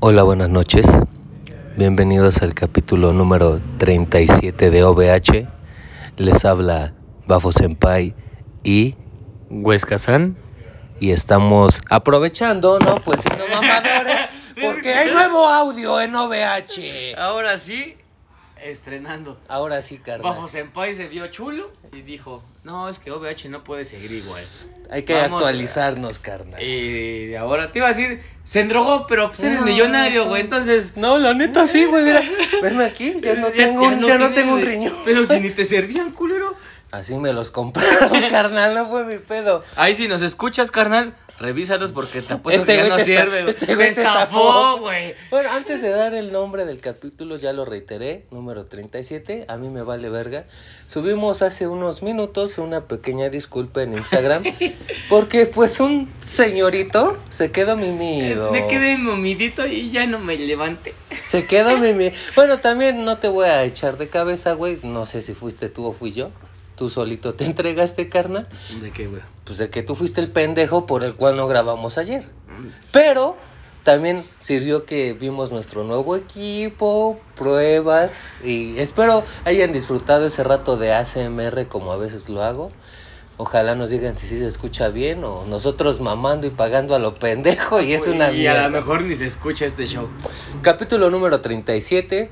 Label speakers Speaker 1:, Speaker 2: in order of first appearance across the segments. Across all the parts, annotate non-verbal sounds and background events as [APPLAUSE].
Speaker 1: Hola, buenas noches. Bienvenidos al capítulo número 37 de OVH. Les habla Bafo Senpai y,
Speaker 2: Huesca San.
Speaker 1: y estamos aprovechando, ¿no? Pues siendo mamadores,
Speaker 2: [LAUGHS]
Speaker 1: porque hay nuevo audio en OVH.
Speaker 2: Ahora sí, estrenando.
Speaker 1: Ahora sí,
Speaker 2: Bajo
Speaker 1: carnal.
Speaker 2: Senpai se vio chulo y dijo, no, es que OVH no puede seguir igual.
Speaker 1: Hay que
Speaker 2: Vamos a-
Speaker 1: actualizarnos, carnal.
Speaker 2: Y ahora te iba a decir, se drogó, pero pues eres
Speaker 1: No,
Speaker 2: millonario,
Speaker 1: no.
Speaker 2: güey, entonces...
Speaker 1: No, la neta sí, güey. Mira, venme aquí, ya no tengo un, ya no
Speaker 2: tienes,
Speaker 1: tengo un
Speaker 2: güey.
Speaker 1: riñón.
Speaker 2: Pero si ni te servían, culero.
Speaker 1: Así me los compraron, [LAUGHS] carnal, no fue mi pedo.
Speaker 2: Ahí si nos escuchas, carnal, revísalos porque te apuesto
Speaker 1: Este
Speaker 2: que
Speaker 1: güey
Speaker 2: ya no
Speaker 1: te esta-
Speaker 2: sirve, güey.
Speaker 1: este
Speaker 2: Te
Speaker 1: güey te estafó.
Speaker 2: estafó, güey.
Speaker 1: Bueno, antes de dar el nombre del capítulo, ya lo reiteré, número 37, a mí me vale verga. Subimos hace unos minutos una pequeña disculpa en
Speaker 2: [LAUGHS]
Speaker 1: Instagram, porque pues un señorito se quedó mimido.
Speaker 2: Eh, Me quedé momidito y ya no me levanté.
Speaker 1: Se quedó mimido. Bueno, también no te voy a echar de cabeza, güey, no sé si fuiste tú o fui yo. Tú solito te entregaste, carnal.
Speaker 2: ¿De qué, güey?
Speaker 1: Pues de que tú fuiste el pendejo por el cual no grabamos ayer. Pero también sirvió que vimos nuestro nuevo equipo, pruebas y espero hayan disfrutado ese rato de ACMR como a veces lo hago. Ojalá nos digan si sí se escucha bien o nosotros mamando y pagando a lo pendejo y es una
Speaker 2: Y a
Speaker 1: mierda.
Speaker 2: lo mejor ni se escucha este show.
Speaker 1: Capítulo número 37,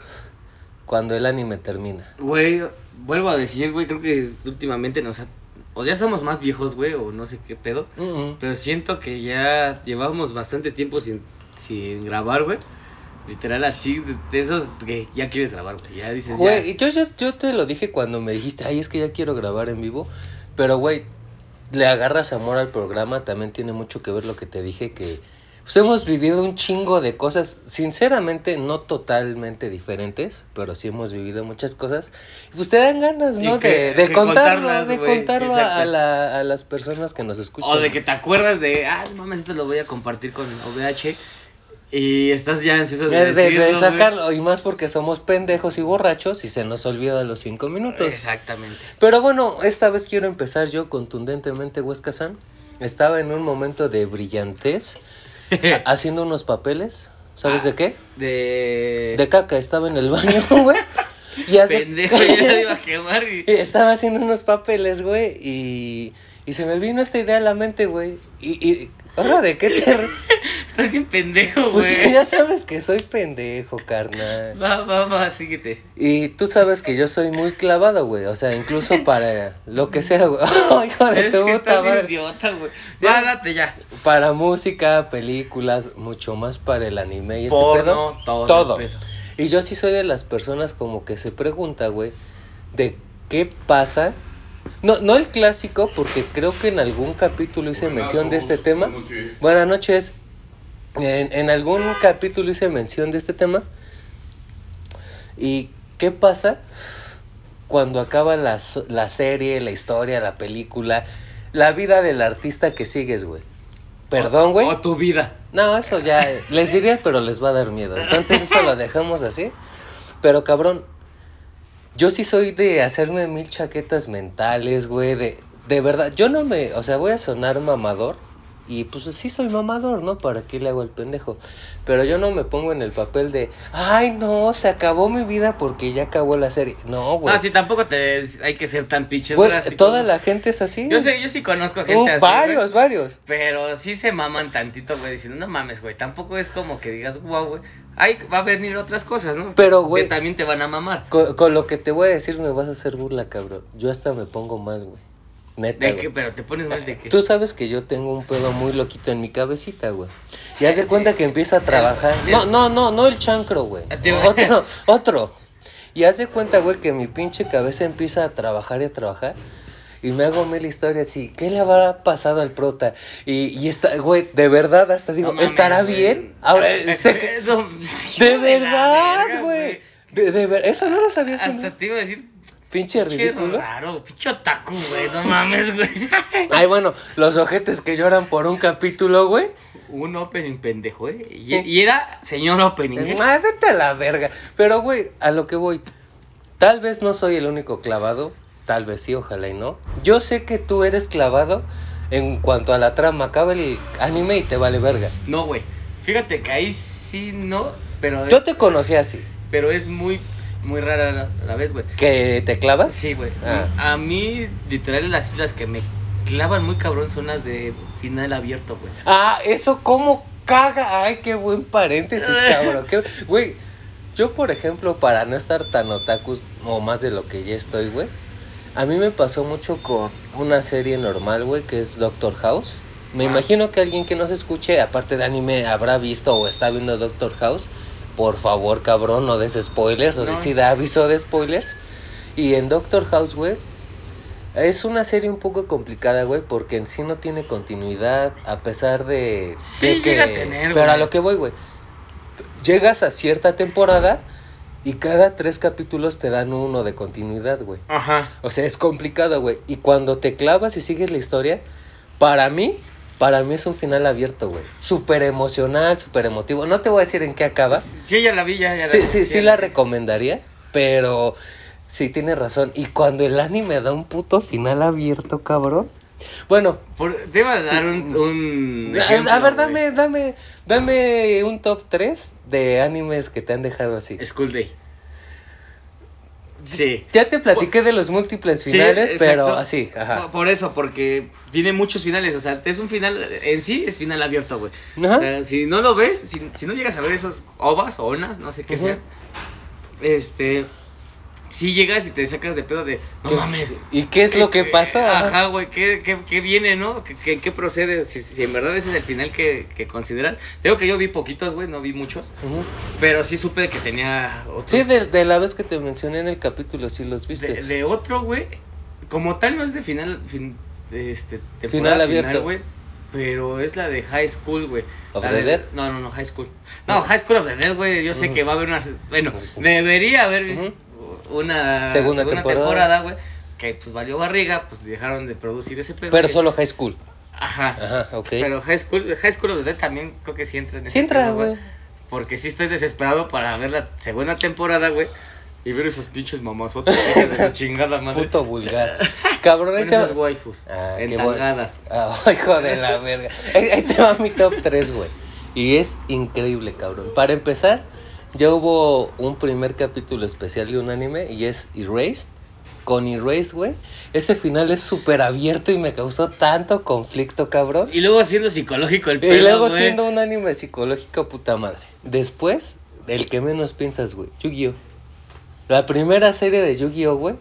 Speaker 1: cuando el anime termina.
Speaker 2: Güey, vuelvo a decir, güey, creo que es- últimamente nos ha... O ya estamos más viejos, güey, o no sé qué pedo.
Speaker 1: Mm, mm.
Speaker 2: Pero siento que ya llevábamos bastante tiempo sin, sin grabar, güey. Literal así, de de esos que ya quieres grabar, güey. Ya dices,
Speaker 1: Güey,
Speaker 2: Pues ya.
Speaker 1: yo, yo, yo te lo dije cuando me dijiste, ay, es que ya quiero grabar en vivo. Pero, güey, le agarras amor al programa. También tiene mucho que ver lo que te dije, que pues, hemos vivido un chingo de cosas, sinceramente, no totalmente diferentes, pero sí hemos vivido muchas cosas. Y pues te dan ganas,
Speaker 2: Y
Speaker 1: ¿no?
Speaker 2: que-
Speaker 1: de, de
Speaker 2: que
Speaker 1: contarlo,
Speaker 2: contarlas,
Speaker 1: de
Speaker 2: güey, sí,
Speaker 1: contarlo a,
Speaker 2: exacto.
Speaker 1: la- a las personas que nos escuchan.
Speaker 2: O de que te acuerdas de, ah, no mames, esto lo voy a compartir con OVH. Y estás ya ansioso de,
Speaker 1: De, de- de
Speaker 2: decirlo, güey.
Speaker 1: sacarlo, y más porque somos pendejos y borrachos y se nos olvida a los cinco minutos.
Speaker 2: Exactamente.
Speaker 1: Pero bueno, esta vez quiero empezar yo contundentemente, Huesca San. Estaba en un momento de
Speaker 2: [LAUGHS]
Speaker 1: brillantez ha- haciendo unos papeles. ¿Sabes
Speaker 2: Ah.
Speaker 1: de qué?
Speaker 2: De...
Speaker 1: De caca, estaba en el
Speaker 2: [LAUGHS]
Speaker 1: baño, güey. Y hace-
Speaker 2: Pendejo, ya [LAUGHS] lo iba a quemar y...
Speaker 1: y estaba haciendo unos papeles, güey, y, y se me vino esta idea a la mente, güey. Y, y ahora de qué te
Speaker 2: [LAUGHS]
Speaker 1: re-
Speaker 2: Estás bien pendejo,
Speaker 1: Pues
Speaker 2: güey.
Speaker 1: ya sabes que soy pendejo, carnal.
Speaker 2: Va, va, va, síguete.
Speaker 1: Y tú sabes que yo soy muy clavado, güey. O sea, incluso para lo que sea, güey. [LAUGHS] hijo de
Speaker 2: Eres
Speaker 1: tu
Speaker 2: que
Speaker 1: puta
Speaker 2: estás bien
Speaker 1: madre.
Speaker 2: idiota, güey.
Speaker 1: Ya.
Speaker 2: Va, date ya.
Speaker 1: Para música, películas, mucho más para el anime y ese
Speaker 2: Porno,
Speaker 1: pedo.
Speaker 2: todo el
Speaker 1: Todo.
Speaker 2: pedo.
Speaker 1: Y yo sí soy de las personas como que se pregunta, güey, de qué pasa. No, no el clásico, porque creo que en algún capítulo hice
Speaker 3: Buenas
Speaker 1: mención de este
Speaker 3: noches,
Speaker 1: tema.
Speaker 3: buenas noches.
Speaker 1: Buenas noches. En, en algún capítulo hice mención de este tema. ¿Y qué pasa cuando acaba la, so- la serie, la historia, la película, la vida del artista que sigues, güey? Perdón, güey.
Speaker 2: O, tu vida.
Speaker 1: No, eso ya les diría, pero les va a dar miedo. Entonces eso lo dejamos así. Pero cabrón, yo sí soy de hacerme mil chaquetas mentales, güey, de de verdad. Yo no me, o sea, voy a sonar mamador y pues sí soy mamador, ¿no? ¿Para qué le hago el pendejo? Pero yo no me pongo en el papel de, ay, no, se acabó mi vida porque ya acabó la serie. No, güey.
Speaker 2: No, si tampoco te hay que ser tan pinches
Speaker 1: Güey,
Speaker 2: drásticos.
Speaker 1: toda la gente es así.
Speaker 2: Yo sé, yo sí conozco gente
Speaker 1: Uh,
Speaker 2: así.
Speaker 1: varios,
Speaker 2: güey.
Speaker 1: varios.
Speaker 2: Pero sí se maman tantito, güey, diciendo, no mames, güey, tampoco es como que digas, wow, güey, ay, va a venir otras cosas, ¿no?
Speaker 1: Pero, güey-
Speaker 2: Que también te van a mamar.
Speaker 1: Con, con lo que te voy a decir me vas a hacer burla, cabrón. Yo hasta me pongo mal, güey. Neta,
Speaker 2: ¿De
Speaker 1: güey.
Speaker 2: qué? Pero te pones mal de qué.
Speaker 1: Tú sabes que yo tengo un pedo muy loquito en mi cabecita, güey. Y haz de cuenta que empieza a trabajar. No, no, no, no el chancro, güey.
Speaker 2: Ah, Te-
Speaker 1: Otro, otro. Y haz de cuenta, güey, que mi pinche cabeza empieza a trabajar y a trabajar. Y me hago mil historias y ¿qué le habrá pasado al prota? Y, y está, güey, de verdad, hasta digo,
Speaker 2: No mames,
Speaker 1: ¿estará
Speaker 2: güey.
Speaker 1: bien?
Speaker 2: [LAUGHS]
Speaker 1: Ahora, se-
Speaker 2: No,
Speaker 1: de
Speaker 2: hijo la verga,
Speaker 1: verdad, güey. De, de ver- eso no lo sabía
Speaker 2: Hasta
Speaker 1: señor.
Speaker 2: te iba a decir,
Speaker 1: Pinche
Speaker 2: Pinche
Speaker 1: ridículo.
Speaker 2: raro, pinche otaku, güey, no mames, güey. [LAUGHS]
Speaker 1: Ay, bueno, los ojetes que lloran por un capítulo, güey.
Speaker 2: Un opening pendejo, ¿eh? Y, y era señor opening. ¿eh?
Speaker 1: Ah, vete a la verga. Pero, güey, a lo que voy. Tal vez no soy el único clavado. Tal vez sí, ojalá y no. Yo sé que tú eres clavado en cuanto a la trama. Acaba el anime y te vale verga.
Speaker 2: No, güey. Fíjate que ahí sí sí, no, pero
Speaker 1: Yo
Speaker 2: es,
Speaker 1: te conocí así.
Speaker 2: pero es muy, muy rara la, la vez, güey.
Speaker 1: ¿Que te clavas?
Speaker 2: Sí, güey.
Speaker 1: Ah.
Speaker 2: A mí, literal, las islas que me clavan muy cabrón son las de final abierto, güey.
Speaker 1: Ah, eso cómo caga. Ay, qué buen paréntesis, cabrón. Qué- Güey, yo por ejemplo, para no estar tan otakus o más de lo que ya estoy, güey, a mí me pasó mucho con una serie normal, güey, que es Doctor House. Me
Speaker 2: Ah.
Speaker 1: imagino que alguien que nos escuche, aparte de anime, habrá visto o está viendo Doctor House. Por favor, cabrón, no des spoilers. No, sé
Speaker 2: No.
Speaker 1: si da aviso de spoilers. Y en Doctor House, güey, es una serie un poco complicada, güey, porque en sí no tiene continuidad, a pesar de...
Speaker 2: Sí,
Speaker 1: de
Speaker 2: llega a tener,
Speaker 1: Pero a
Speaker 2: güey.
Speaker 1: lo que voy, güey. Llegas a cierta temporada y cada tres capítulos te dan uno de continuidad, güey.
Speaker 2: Ajá.
Speaker 1: O sea, es complicado, güey. Y cuando te clavas y sigues la historia, para mí, para mí es un final abierto, güey. Súper emocional, súper emotivo. No te voy a decir en qué acaba.
Speaker 2: Sí, ya la vi, ya, ya
Speaker 1: Sí,
Speaker 2: vi,
Speaker 1: sí, sí la
Speaker 2: vi.
Speaker 1: recomendaría, pero sí tiene razón. Y cuando el anime da un puto final abierto, cabrón. Bueno,
Speaker 2: Por- te iba a dar un. un
Speaker 1: [LAUGHS] a-
Speaker 2: Mm, ejemplo,
Speaker 1: a ver,
Speaker 2: güey.
Speaker 1: dame, dame, dame un top 3 de animes que te han dejado así.
Speaker 2: School Day. Sí.
Speaker 1: Ya te platiqué de los múltiples
Speaker 2: Sí,
Speaker 1: finales,
Speaker 2: exacto.
Speaker 1: pero así,
Speaker 2: Por,
Speaker 1: ajá.
Speaker 2: por eso, porque tiene muchos finales. O sea, es un final. En sí es final abierto, güey.
Speaker 1: Ajá.
Speaker 2: O sea, si no lo ves, si, si no llegas a ver esos ovas o onas, no sé qué
Speaker 1: Ujú.
Speaker 2: sean. Este. Si llegas y te sacas de pedo de. No
Speaker 1: ¿Qué-
Speaker 2: mames. Eh,
Speaker 1: ¿Y qué es lo que pasó? Ajá.
Speaker 2: Ajá, güey, ¿qué, qué, qué viene, no? ¿Qué, qué, qué procede? Si, si en verdad ese es el final que, que consideras. Digo que yo vi poquitos, güey, no vi muchos.
Speaker 1: Ujú.
Speaker 2: Pero sí supe que tenía otros
Speaker 1: Sí, de, de la vez que te mencioné en el capítulo, sí los viste.
Speaker 2: de, de otro, güey. Como tal, no es de final. fin- de este,
Speaker 1: Final
Speaker 2: temporada final
Speaker 1: abierto.
Speaker 2: güey. Pero es la de High School, güey.
Speaker 1: ¿Of
Speaker 2: La
Speaker 1: the
Speaker 2: de-
Speaker 1: Dead?
Speaker 2: No, no, no, High School. No, High School of the Dead, güey. Yo sé que va a haber una. se- Bueno, debería haber
Speaker 1: Ujú.
Speaker 2: una
Speaker 1: Segunda temporada.
Speaker 2: temporada, güey. Que pues valió barriga, pues dejaron de producir ese pedo.
Speaker 1: pero
Speaker 2: y-
Speaker 1: solo Ah, High School.
Speaker 2: Ajá.
Speaker 1: Ajá, ok.
Speaker 2: Pero High School, High School of the Dead también creo que sí entra en
Speaker 1: sí
Speaker 2: ese
Speaker 1: entra,
Speaker 2: pedo,
Speaker 1: güey.
Speaker 2: porque sí estoy desesperado para ver la segunda temporada, güey. Y ver esos pinches mamazotes [LAUGHS] hijas de su chingada madre.
Speaker 1: Puto vulgar.
Speaker 2: [LAUGHS]
Speaker 1: Cabrón, ahí
Speaker 2: Bueno,
Speaker 1: te va-
Speaker 2: esos waifus.
Speaker 1: Ah, qué bueno.
Speaker 2: entangadas.
Speaker 1: [LAUGHS] Ah, hijo de la verga. Ahí, ahí te va mi top 3, güey. Y es increíble, cabrón. Para empezar, ya hubo un primer capítulo especial de un anime y es Erased. Con Erased, güey. Ese final es súper abierto y me causó tanto conflicto, cabrón.
Speaker 2: Y luego siendo psicológico el
Speaker 1: Y
Speaker 2: pedo,
Speaker 1: luego
Speaker 2: güey.
Speaker 1: siendo un anime psicológico, puta madre. Después, el que menos piensas, güey. Yu-Gi-Oh! La primera serie de Yu-Gi-Oh, güey.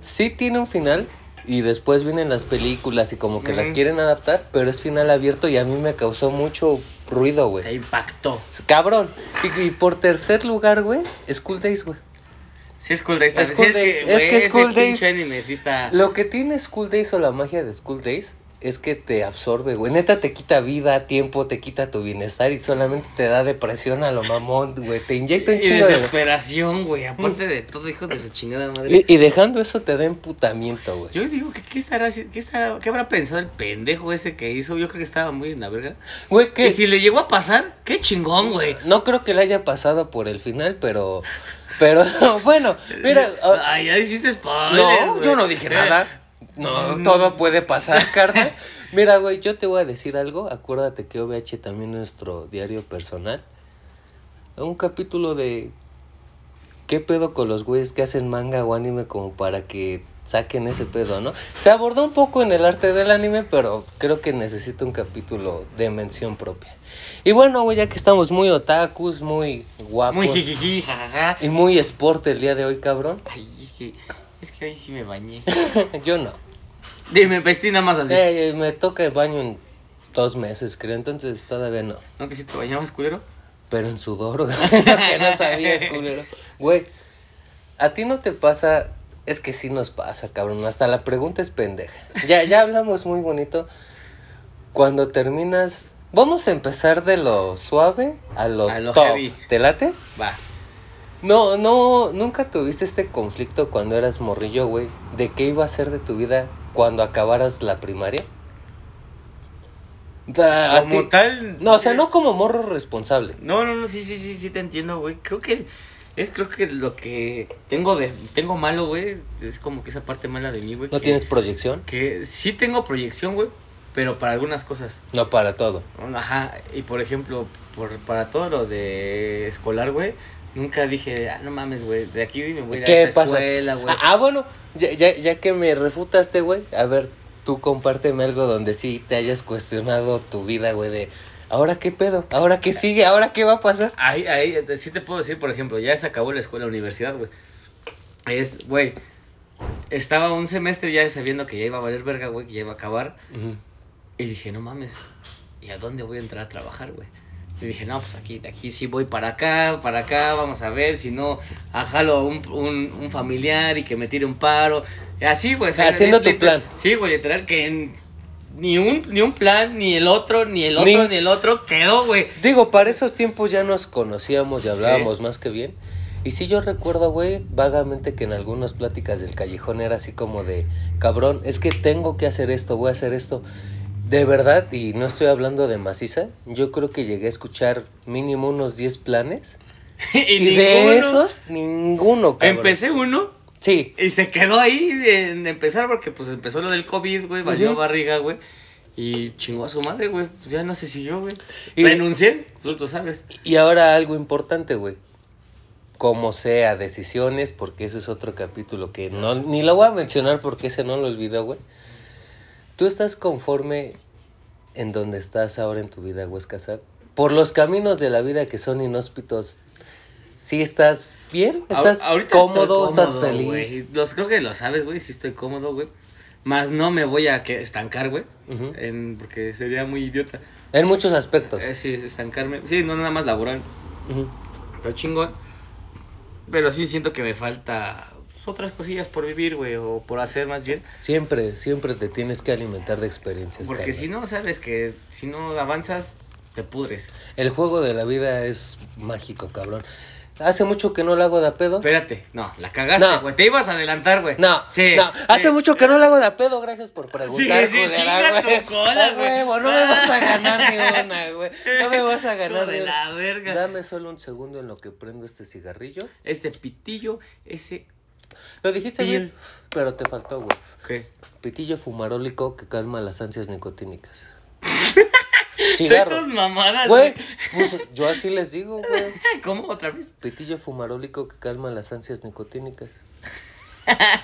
Speaker 1: Sí tiene un final. Y después vienen las películas y como que las
Speaker 2: Ujú.
Speaker 1: quieren adaptar. Pero es final abierto y a mí me causó mucho ruido, güey.
Speaker 2: Te impactó.
Speaker 1: Cabrón. Y, y por tercer lugar, güey, School Days, güey.
Speaker 2: Sí, es cool Days.
Speaker 1: Es
Speaker 2: también.
Speaker 1: School
Speaker 2: sí,
Speaker 1: Days.
Speaker 2: Es que, güey,
Speaker 1: Es que
Speaker 2: ese
Speaker 1: School Days-
Speaker 2: pinche anime sí está...
Speaker 1: Lo que tiene School Days o la magia de School Days es que te absorbe, güey. Neta te quita vida, tiempo, te quita tu bienestar y solamente te da depresión a lo mamón, güey. Te inyecta un
Speaker 2: Y
Speaker 1: chingo de...
Speaker 2: desesperación, güey. Aparte de todo, hijos de su chingada madre.
Speaker 1: Y, y dejando eso te da emputamiento, güey.
Speaker 2: Yo digo que qué estará, haci- qué estará, qué habrá pensado el pendejo ese que hizo. Yo creo que estaba muy en la verga.
Speaker 1: Güey, que
Speaker 2: Y si le llegó a pasar, qué chingón, güey.
Speaker 1: no creo que le haya pasado por el final, pero... Pero [LAUGHS] bueno,
Speaker 2: [LAUGHS]
Speaker 1: mira... ah,
Speaker 2: Ay, ya hiciste spoiler.
Speaker 1: No,
Speaker 2: güey.
Speaker 1: yo no dije nada. No, todo puede pasar, carnal. Mira, güey, yo te voy a decir algo. Acuérdate que OVH también es nuestro diario personal. Un capítulo de ¿Qué pedo con los güeyes que hacen manga o anime como para que saquen ese pedo, no? Se abordó un poco en el arte del anime, pero creo que necesita un capítulo de mención propia. Y bueno, güey, ya que estamos muy otakus, muy guapos
Speaker 2: Muy jijiji, jajaja.
Speaker 1: y muy sport el día de hoy, cabrón. [COUGHS]
Speaker 2: Ay, es que, es que hoy sí me bañé.
Speaker 1: yo no.
Speaker 2: Dime, vestí nada más así.
Speaker 1: Eh, eh, me toca el baño en dos meses, creo, entonces todavía no.
Speaker 2: ¿No que si te bañabas, culero?
Speaker 1: Pero en sudor, [LAUGHS] güey, es lo que no sabías, culero. Güey, a ti no te pasa, es que sí nos pasa, cabrón, hasta la pregunta es pendeja. Ya, ya hablamos muy bonito. Cuando terminas, vamos a empezar de lo suave a lo,
Speaker 2: A lo
Speaker 1: top.
Speaker 2: heavy.
Speaker 1: ¿Te late?
Speaker 2: Va.
Speaker 1: No, no, nunca tuviste este conflicto cuando eras morrillo, güey, de qué iba a ser de tu vida cuando acabaras la primaria. Da- a
Speaker 2: Como
Speaker 1: ti-
Speaker 2: tal. eh,
Speaker 1: No, o sea, no como morro responsable.
Speaker 2: No, no, no, sí, sí, sí, sí te entiendo, güey. Creo que. Es creo que lo que tengo de tengo malo, güey, es como que esa parte mala de mí, güey.
Speaker 1: No
Speaker 2: que-
Speaker 1: tienes proyección.
Speaker 2: Que sí tengo proyección, güey, pero para algunas cosas.
Speaker 1: No para todo.
Speaker 2: Ajá, y por ejemplo, por, para todo lo de escolar, güey, nunca dije, ah, no mames, güey, de aquí me voy a ir a
Speaker 1: ¿Qué
Speaker 2: esta
Speaker 1: pasa?
Speaker 2: escuela, güey.
Speaker 1: ah, ah, bueno, ya, ya, ya que me refutaste, güey, a ver, tú compárteme algo donde sí te hayas cuestionado tu vida, güey, de ahora qué pedo, ahora qué sigue, ahora qué va a pasar.
Speaker 2: Ahí, ahí, eh, sí te puedo decir, por ejemplo, ya se acabó la escuela, universidad, güey. Es, güey, estaba un semestre ya sabiendo que ya iba a valer verga, güey, que ya iba a acabar. Y dije, no mames, ¿y a dónde voy a entrar a trabajar, güey? Y dije, no, pues aquí, de aquí sí voy para acá, para acá, vamos a ver, si no, ajalo un, un, un familiar y que me tire un paro. Y Así, pues.
Speaker 1: Haciendo
Speaker 2: lit-
Speaker 1: tu
Speaker 2: lit-
Speaker 1: plan.
Speaker 2: Sí, güey, literal, que en- ni, un, ni un plan, ni el otro, ni el otro,
Speaker 1: Ni-
Speaker 2: ni, el otro, quedó, güey. [LAUGHS]
Speaker 1: Digo, para esos tiempos ya nos conocíamos y hablábamos más que bien. Y sí, yo recuerdo, güey, vagamente que en algunas pláticas del callejón era así como de, cabrón, es que tengo que hacer esto, voy a hacer esto. De verdad, y no estoy hablando de maciza, yo creo que llegué a escuchar mínimo unos 10 planes.
Speaker 2: y
Speaker 1: Y,
Speaker 2: ninguno-
Speaker 1: de esos, ninguno, cabrón.
Speaker 2: Empecé uno
Speaker 1: Sí,
Speaker 2: y se quedó ahí en empezar porque pues empezó lo del COVID, güey, valió
Speaker 1: Ujú.
Speaker 2: barriga, güey. Y chingó a su madre, güey. Pues ya no se siguió, güey.
Speaker 1: Y-
Speaker 2: Renuncié, pues, tú lo sabes.
Speaker 1: y ahora algo importante, güey. Como sea, decisiones, porque ese es otro capítulo que no, ni lo voy a mencionar porque ese no lo olvido, güey. ¿Tú estás conforme en donde estás ahora en tu vida, güey, Casar? Por los caminos de la vida que son inhóspitos, ¿sí estás bien?
Speaker 2: Au-
Speaker 1: ¿Estás
Speaker 2: ahorita
Speaker 1: cómodo?
Speaker 2: estoy
Speaker 1: ¿Estás feliz?
Speaker 2: güey. Los, creo que lo sabes, güey, sí estoy cómodo, güey. Más no me voy a que- estancar, güey.
Speaker 1: Ujú.
Speaker 2: en- Porque sería muy idiota.
Speaker 1: En muchos aspectos.
Speaker 2: Eh, sí, estancarme. Sí, no nada más laboral.
Speaker 1: Ujú.
Speaker 2: Está chingón. Pero sí siento que me falta pues, otras cosillas por vivir, güey, o por hacer más bien.
Speaker 1: Siempre, siempre te tienes que alimentar de experiencias.
Speaker 2: Porque
Speaker 1: carnal.
Speaker 2: si no, sabes que si no avanzas, te pudres.
Speaker 1: El juego de la vida es mágico, cabrón. Hace mucho que no lo hago de a pedo.
Speaker 2: Espérate, no, la cagaste,
Speaker 1: No.
Speaker 2: güey. Te ibas a adelantar, güey.
Speaker 1: No,
Speaker 2: sí.
Speaker 1: no.
Speaker 2: sí.
Speaker 1: Hace mucho que no lo hago de a pedo, gracias por preguntar.
Speaker 2: Sí, sí,
Speaker 1: culera,
Speaker 2: chinga tu
Speaker 1: güey.
Speaker 2: cola,
Speaker 1: Ah,
Speaker 2: güey.
Speaker 1: huevo, No me vas a ganar ni una, güey. No me vas a ganar
Speaker 2: [LAUGHS] Hijo de
Speaker 1: ni
Speaker 2: la
Speaker 1: una.
Speaker 2: verga.
Speaker 1: Dame solo un segundo en lo que prendo este cigarrillo.
Speaker 2: Ese pitillo, ese.
Speaker 1: Lo dijiste bien,
Speaker 2: Bien.
Speaker 1: pero te faltó, güey.
Speaker 2: ¿Qué?
Speaker 1: Pitillo fumarólico que calma las ansias
Speaker 2: [LAUGHS]
Speaker 1: nicotínicas.
Speaker 2: Estas
Speaker 1: Cigarro.
Speaker 2: mamadas,
Speaker 1: Güey,
Speaker 2: [LAUGHS]
Speaker 1: pues yo así les digo, güey.
Speaker 2: ¿Cómo? ¿Otra vez? [LAUGHS]
Speaker 1: Pitillo fumarólico que calma las ansias nicotínicas.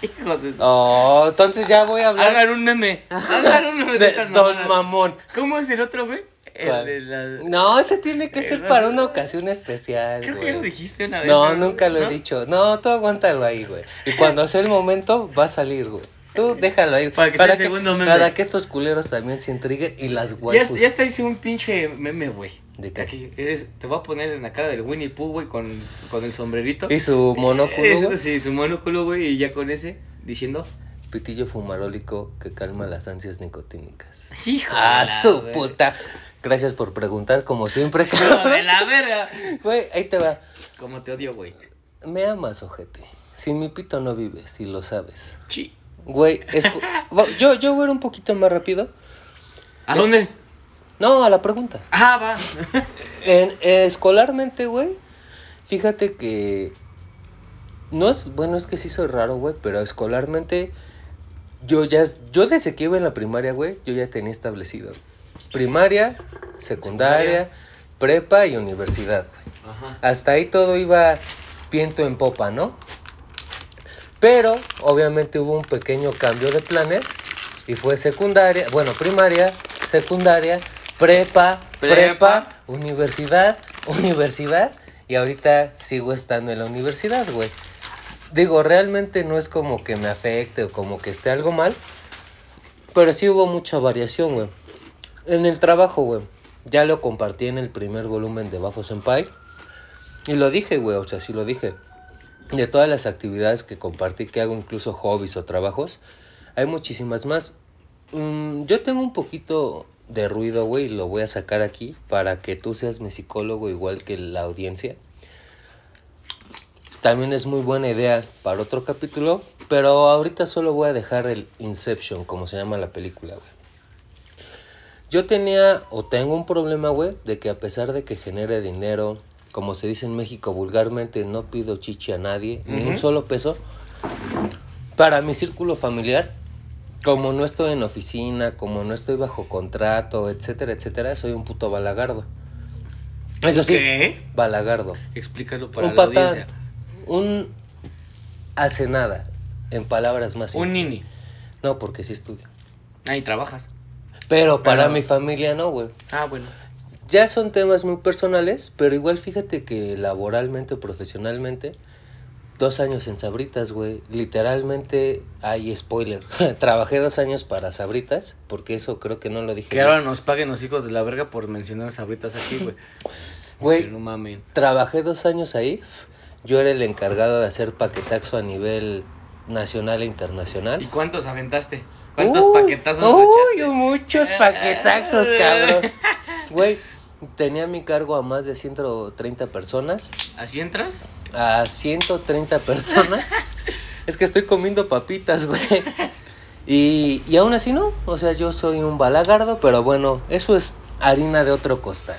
Speaker 2: Hijos de.
Speaker 1: Oh, entonces ya voy a hablar
Speaker 2: Hagan un meme. Hagan un meme de,
Speaker 1: de
Speaker 2: estas
Speaker 1: Don
Speaker 2: mamadas.
Speaker 1: Mamón.
Speaker 2: ¿Cómo es el otro, güey? El
Speaker 1: ¿Cuál?
Speaker 2: de Eh, la.
Speaker 1: No, ese tiene que ser
Speaker 2: Esas-
Speaker 1: para una ocasión especial,
Speaker 2: Creo que
Speaker 1: güey.
Speaker 2: ya lo dijiste una vez.
Speaker 1: No,
Speaker 2: güey.
Speaker 1: nunca lo he
Speaker 2: ¿No?
Speaker 1: dicho. No, tú aguántalo ahí, güey. Y cuando sea el momento, va a salir, güey.
Speaker 2: [LAUGHS]
Speaker 1: Tú déjalo ahí.
Speaker 2: Para que sea el segundo meme.
Speaker 1: para que estos culeros también se intriguen y las
Speaker 2: Ya,
Speaker 1: guayas.
Speaker 2: ya hasta hice un pinche meme, güey.
Speaker 1: pues- ¿De qué?
Speaker 2: Aquí eres- te voy a poner en la cara del Winnie Pooh, güey, con, con el sombrerito.
Speaker 1: Y su monóculo,
Speaker 2: Eso,
Speaker 1: güey.
Speaker 2: Sí, su monóculo, güey, y ya con ese, diciendo...
Speaker 1: Pitillo fumarólico que calma las ansias nicotínicas.
Speaker 2: ¡Hijo
Speaker 1: ¡Ah,
Speaker 2: de la
Speaker 1: su
Speaker 2: verga!
Speaker 1: puta! Gracias por preguntar, como siempre.
Speaker 2: [LAUGHS] ¡Hijo de la verga!
Speaker 1: Güey, ahí te va.
Speaker 2: Como te odio, güey.
Speaker 1: Me amas, ojete. Sin mi pito no vives, y lo sabes.
Speaker 2: Chi.
Speaker 1: Güey, [LAUGHS] escu- Bueno, yo, yo voy a ir un poquito más rápido.
Speaker 2: ¿A dónde?
Speaker 1: No, a la pregunta.
Speaker 2: Ah, va.
Speaker 1: En- eh, escolarmente, güey, fíjate que... No es, bueno, es que sí soy raro, güey, pero escolarmente yo ya, es- yo desde que iba en la primaria, güey, yo ya tenía establecido. Primaria, secundaria,
Speaker 2: Secundaria.
Speaker 1: prepa y universidad, güey.
Speaker 2: Ajá.
Speaker 1: Hasta ahí todo iba viento en popa, ¿no? Pero obviamente hubo un pequeño cambio de planes y fue secundaria, bueno, primaria, secundaria, prepa, prepa,
Speaker 2: Prepa.
Speaker 1: universidad, [LAUGHS] universidad y ahorita sigo estando en la universidad, güey. Digo, realmente no es como que me afecte o como que esté algo mal, pero sí hubo mucha variación, güey. En el trabajo, güey. Ya lo compartí en el primer volumen de Bafo Senpai. Y lo dije, güey, o sea, sí lo dije. De todas las actividades que compartí, que hago, incluso hobbies o trabajos, hay muchísimas más. Mm, yo tengo un poquito de ruido, güey, y lo voy a sacar aquí para que tú seas mi psicólogo igual que la audiencia. También es muy buena idea para otro capítulo, pero ahorita solo voy a dejar el Inception, como se llama la película, güey. Yo tenía o tengo un problema, güey, de que a pesar de que genere dinero, como se dice en México vulgarmente, no pido chichi a nadie, ni un solo peso, para mi círculo familiar, Como no estoy en oficina, como no estoy bajo contrato, etcétera, etcétera, soy un puto balagardo. Eso sí,
Speaker 2: ¿Qué?
Speaker 1: balagardo.
Speaker 2: Explícalo para
Speaker 1: un
Speaker 2: la
Speaker 1: patán,
Speaker 2: audiencia.
Speaker 1: un hace nada, en palabras más
Speaker 2: Un
Speaker 1: simples.
Speaker 2: nini.
Speaker 1: No, porque sí estudio.
Speaker 2: Ahí trabajas.
Speaker 1: Pero para
Speaker 2: Pero-
Speaker 1: mi familia no, güey.
Speaker 2: Ah, bueno.
Speaker 1: Ya son temas muy personales, pero igual fíjate que laboralmente o profesionalmente, dos años en Sabritas, güey. Literalmente, hay spoiler. [LAUGHS] Trabajé dos años para Sabritas, porque eso creo que no lo dije.
Speaker 2: Que ahora nos paguen los hijos de la verga por mencionar sabritas aquí, güey.
Speaker 1: Güey.
Speaker 2: Que No mamen.
Speaker 1: Trabajé dos años ahí. Yo era el encargado de hacer paquetaxo a nivel nacional e
Speaker 2: ¿Y
Speaker 1: internacional.
Speaker 2: cuántos aventaste? ¿Cuántos paquetazos
Speaker 1: Uy,
Speaker 2: echaste?
Speaker 1: muchos paquetaxos,
Speaker 2: [LAUGHS]
Speaker 1: cabrón. Güey, tenía a mi cargo a más de 130 personas.
Speaker 2: ¿Así entras?
Speaker 1: a 130
Speaker 2: [LAUGHS]
Speaker 1: personas. es que estoy comiendo papitas, güey. Y, y aún así no, o sea, yo soy un balagardo, pero bueno, eso es harina de otro costal.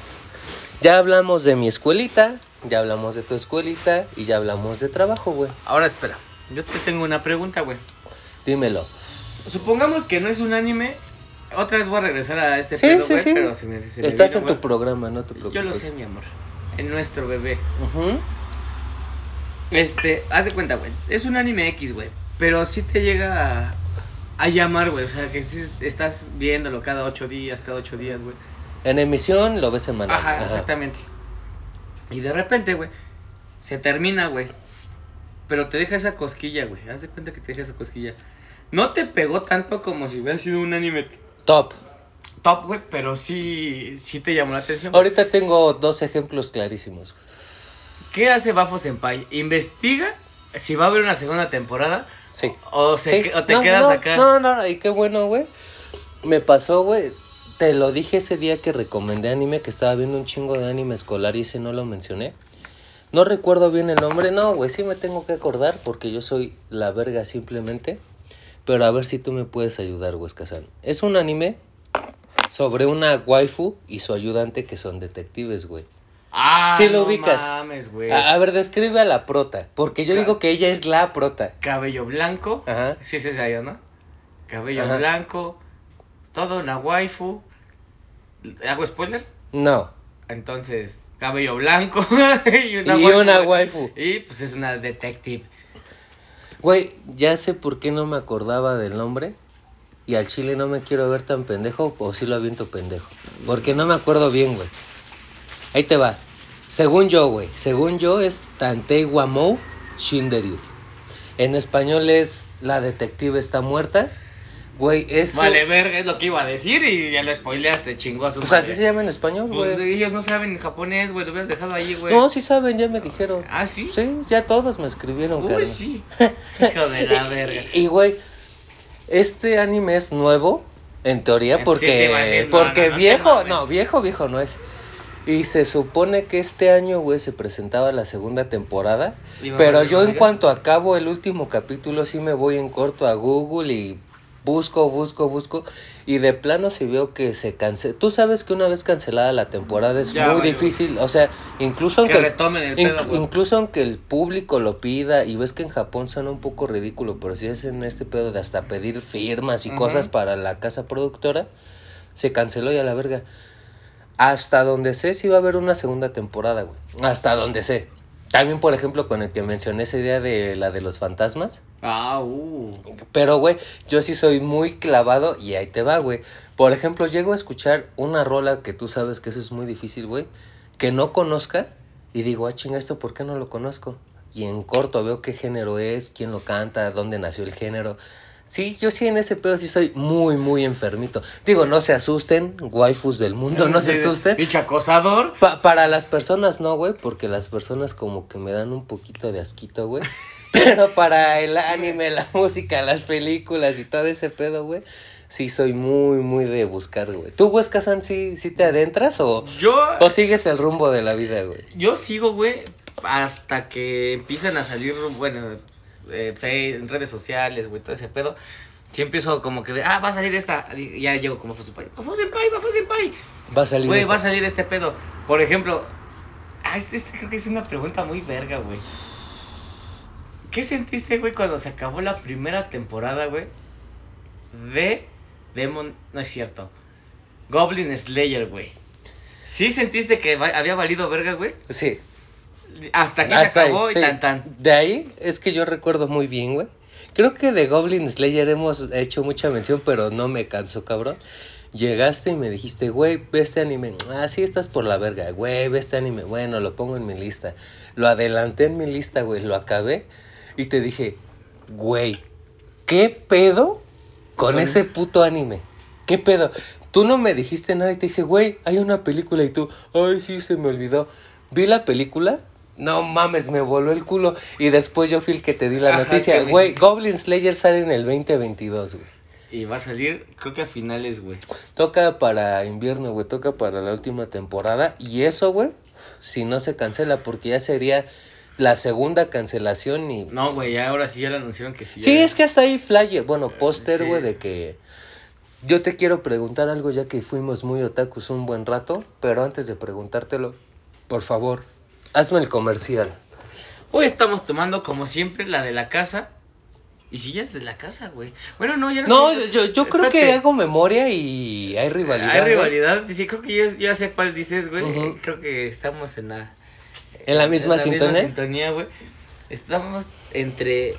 Speaker 1: Ya hablamos de mi escuelita, ya hablamos de tu escuelita y ya hablamos de trabajo, güey.
Speaker 2: Ahora espera. Yo te tengo una pregunta, güey.
Speaker 1: Dímelo.
Speaker 2: Supongamos que no es un anime. Otra vez voy a regresar a este
Speaker 1: Sí,
Speaker 2: pedo,
Speaker 1: sí,
Speaker 2: güey,
Speaker 1: sí.
Speaker 2: pero se me, se me
Speaker 1: Estás
Speaker 2: vino,
Speaker 1: en tu
Speaker 2: güey.
Speaker 1: programa, no te preocupes.
Speaker 2: Yo lo sé, mi amor. En nuestro bebé.
Speaker 1: Ujú.
Speaker 2: Este, haz de cuenta, güey. Es un anime X, güey. Pero sí te llega a, a llamar, güey. O sea, que sí estás viéndolo cada ocho días, cada ocho días, güey.
Speaker 1: En emisión lo ves semanal.
Speaker 2: Ajá,
Speaker 1: Ajá.
Speaker 2: exactamente. Y de repente, güey, se termina, güey. Pero te deja esa cosquilla, güey. Haz de cuenta que te deja esa cosquilla. No te pegó tanto como si hubiera sido un anime t-
Speaker 1: Top.
Speaker 2: top, güey, pero sí, sí te llamó la atención. güey.
Speaker 1: Ahorita tengo dos ejemplos clarísimos. güey.
Speaker 2: ¿Qué hace Bafo Senpai? ¿Investiga si va a haber una segunda temporada?
Speaker 1: Sí.
Speaker 2: ¿O, se
Speaker 1: Sí.
Speaker 2: que- o te
Speaker 1: No,
Speaker 2: quedas
Speaker 1: no,
Speaker 2: acá?
Speaker 1: No, no, no, y qué bueno, güey. Me pasó, güey. Te lo dije ese día que recomendé anime, que estaba viendo un chingo de anime escolar y ese no lo mencioné. No recuerdo bien el nombre, no, güey, sí me tengo que acordar porque yo soy la verga simplemente. Pero a ver si tú me puedes ayudar, Huescazán. Es un anime sobre una waifu y su ayudante que son detectives, güey.
Speaker 2: Ah,
Speaker 1: Sí lo
Speaker 2: no
Speaker 1: ubicas. Ah,
Speaker 2: mames, güey.
Speaker 1: A, a ver, describe a la prota, porque yo
Speaker 2: Claro.
Speaker 1: digo que ella es la prota.
Speaker 2: Cabello blanco.
Speaker 1: Ajá.
Speaker 2: Sí, es esa ya, ¿no? Cabello
Speaker 1: Ajá.
Speaker 2: blanco. Todo una waifu. ¿Hago spoiler?
Speaker 1: No.
Speaker 2: Entonces, cabello blanco. [LAUGHS] y una,
Speaker 1: y
Speaker 2: waifu,
Speaker 1: una
Speaker 2: güey.
Speaker 1: waifu.
Speaker 2: Y pues es una detective.
Speaker 1: Güey, ya sé por qué no me acordaba del nombre. Y al chile no me quiero ver tan pendejo o si lo aviento pendejo. Porque no me acuerdo bien, güey. Ahí te va. Según yo, güey. Según yo es Tantei Wamou Shinderyu. En español es La detective está muerta. Güey, es...
Speaker 2: Vale, verga, es lo que iba a decir y ya lo spoileaste, chingó a su
Speaker 1: Pues
Speaker 2: madre.
Speaker 1: así se llama en español,
Speaker 2: Pues,
Speaker 1: güey.
Speaker 2: ellos no saben japonés, güey, lo hubieras dejado ahí, güey.
Speaker 1: No, sí saben, ya me dijeron.
Speaker 2: ¿Ah, sí?
Speaker 1: Sí, ya todos me escribieron,
Speaker 2: Uy,
Speaker 1: carnal.
Speaker 2: sí. [LAUGHS] Hijo de la verga.
Speaker 1: Y, güey, este anime es nuevo, en teoría,
Speaker 2: Sí,
Speaker 1: porque,
Speaker 2: te iba a decir, no,
Speaker 1: porque
Speaker 2: no, no te
Speaker 1: viejo,
Speaker 2: mames.
Speaker 1: no, viejo, viejo no es. Y se supone que este año, güey, se presentaba la segunda temporada.
Speaker 2: Iba a
Speaker 1: Pero
Speaker 2: valer
Speaker 1: yo en
Speaker 2: verga.
Speaker 1: cuanto acabo el último capítulo, sí me voy en corto a Google y busco, busco, busco. Y de plano si veo que se cancela. Tú sabes que una vez cancelada la temporada es
Speaker 2: Ya
Speaker 1: muy
Speaker 2: valió.
Speaker 1: difícil. O sea, incluso
Speaker 2: Que
Speaker 1: aunque...
Speaker 2: retomen el
Speaker 1: inc-
Speaker 2: pedo, pues. güey.
Speaker 1: Incluso aunque el público lo pida, y ves que en Japón suena un poco ridículo, pero si hacen este pedo de hasta pedir firmas y
Speaker 2: Ujú.
Speaker 1: cosas para la casa productora, se canceló y a la verga. Hasta donde sé, sí va a haber una segunda temporada, güey. Hasta donde sé. También, por ejemplo, con el que mencioné esa idea de la de los fantasmas.
Speaker 2: Ah, uh.
Speaker 1: Pero, güey, yo sí soy muy clavado y ahí te va, güey. Por ejemplo, llego a escuchar una rola que tú sabes que eso es muy difícil, güey, que no conozca y digo, ah, chinga, esto, ¿por qué no lo conozco? Y en corto veo qué género es, quién lo canta, dónde nació el género. Sí, yo sí en ese pedo sí soy muy, muy enfermito. Digo, no se asusten, waifus del mundo, no se asusten.
Speaker 2: Pinche acosador.
Speaker 1: Pa- para las personas no, güey, porque las personas como que me dan un poquito de asquito,
Speaker 2: [LAUGHS]
Speaker 1: güey. Pero para el anime, la música, las películas y todo ese pedo, güey, sí soy muy, muy de buscar, güey. ¿Tú, Huesca-san, sí, sí te adentras o,
Speaker 2: Yo.
Speaker 1: o sigues el rumbo de la vida, güey?
Speaker 2: Yo sigo, güey, hasta que empiezan a salir, bueno, eh, fe- en redes sociales, güey, todo ese pedo. Sí empiezo como que, ah, va a salir esta. Y ya llego como Fosenpai. Fosenpai, va Fosenpai.
Speaker 1: Va a salir
Speaker 2: Güey,
Speaker 1: esta.
Speaker 2: va a salir este pedo. Por ejemplo, ah, este, este creo que es una pregunta muy verga, güey. ¿Qué sentiste, güey, cuando se acabó la primera temporada, güey? de Demon. No es cierto. Goblin Slayer, güey. ¿Sí sentiste que va- había valido verga, güey?
Speaker 1: Sí.
Speaker 2: Hasta aquí se
Speaker 1: Hasta ahí,
Speaker 2: acabó y
Speaker 1: Ah, sí.
Speaker 2: tan tan.
Speaker 1: De ahí es que yo recuerdo muy bien, güey. Creo que de Goblin Slayer hemos hecho mucha mención, pero no me canso, cabrón. Llegaste y me dijiste, güey, ve este anime. Ah, sí, estás por la verga. Güey, ve este anime. Bueno, lo pongo en mi lista. Lo adelanté en mi lista, güey. Lo acabé. Y te dije, güey, ¿qué pedo con
Speaker 2: Con-
Speaker 1: ese puto anime? ¿Qué pedo? Tú no me dijiste nada y te dije, güey, hay una película y tú, ay, sí, se me olvidó. Vi la película, no mames, me voló el culo. Y después yo fui el que te di la
Speaker 2: Ajá,
Speaker 1: noticia,
Speaker 2: que me
Speaker 1: güey,
Speaker 2: dijiste.
Speaker 1: Goblin Slayer sale en el 2022, güey.
Speaker 2: Y va a salir, creo que a finales, güey.
Speaker 1: Toca para invierno, güey, toca para la última temporada. Y eso, güey, si no se cancela, porque ya sería la segunda cancelación y
Speaker 2: No, güey, ya ahora sí ya le anunciaron que sí.
Speaker 1: Sí,
Speaker 2: ya.
Speaker 1: es que hasta ahí flyer, bueno, póster,
Speaker 2: sí.
Speaker 1: güey, de que... Yo te quiero preguntar algo ya que fuimos muy otakus un buen rato, pero antes de preguntártelo, por favor, hazme el comercial.
Speaker 2: Hoy estamos tomando, como siempre, la de la casa. Y si ya es de la casa, güey. Bueno, no, ya no
Speaker 1: No,
Speaker 2: sé.
Speaker 1: yo, yo creo que
Speaker 2: Espérate.
Speaker 1: hago memoria y hay rivalidad. ¿eh?
Speaker 2: Hay
Speaker 1: ¿no?
Speaker 2: rivalidad. Sí, creo que yo, yo ya sé cuál dices, güey.
Speaker 1: Ujú.
Speaker 2: Creo que estamos en la.
Speaker 1: ¿En la misma sintonía?
Speaker 2: sintonía, güey. Estamos entre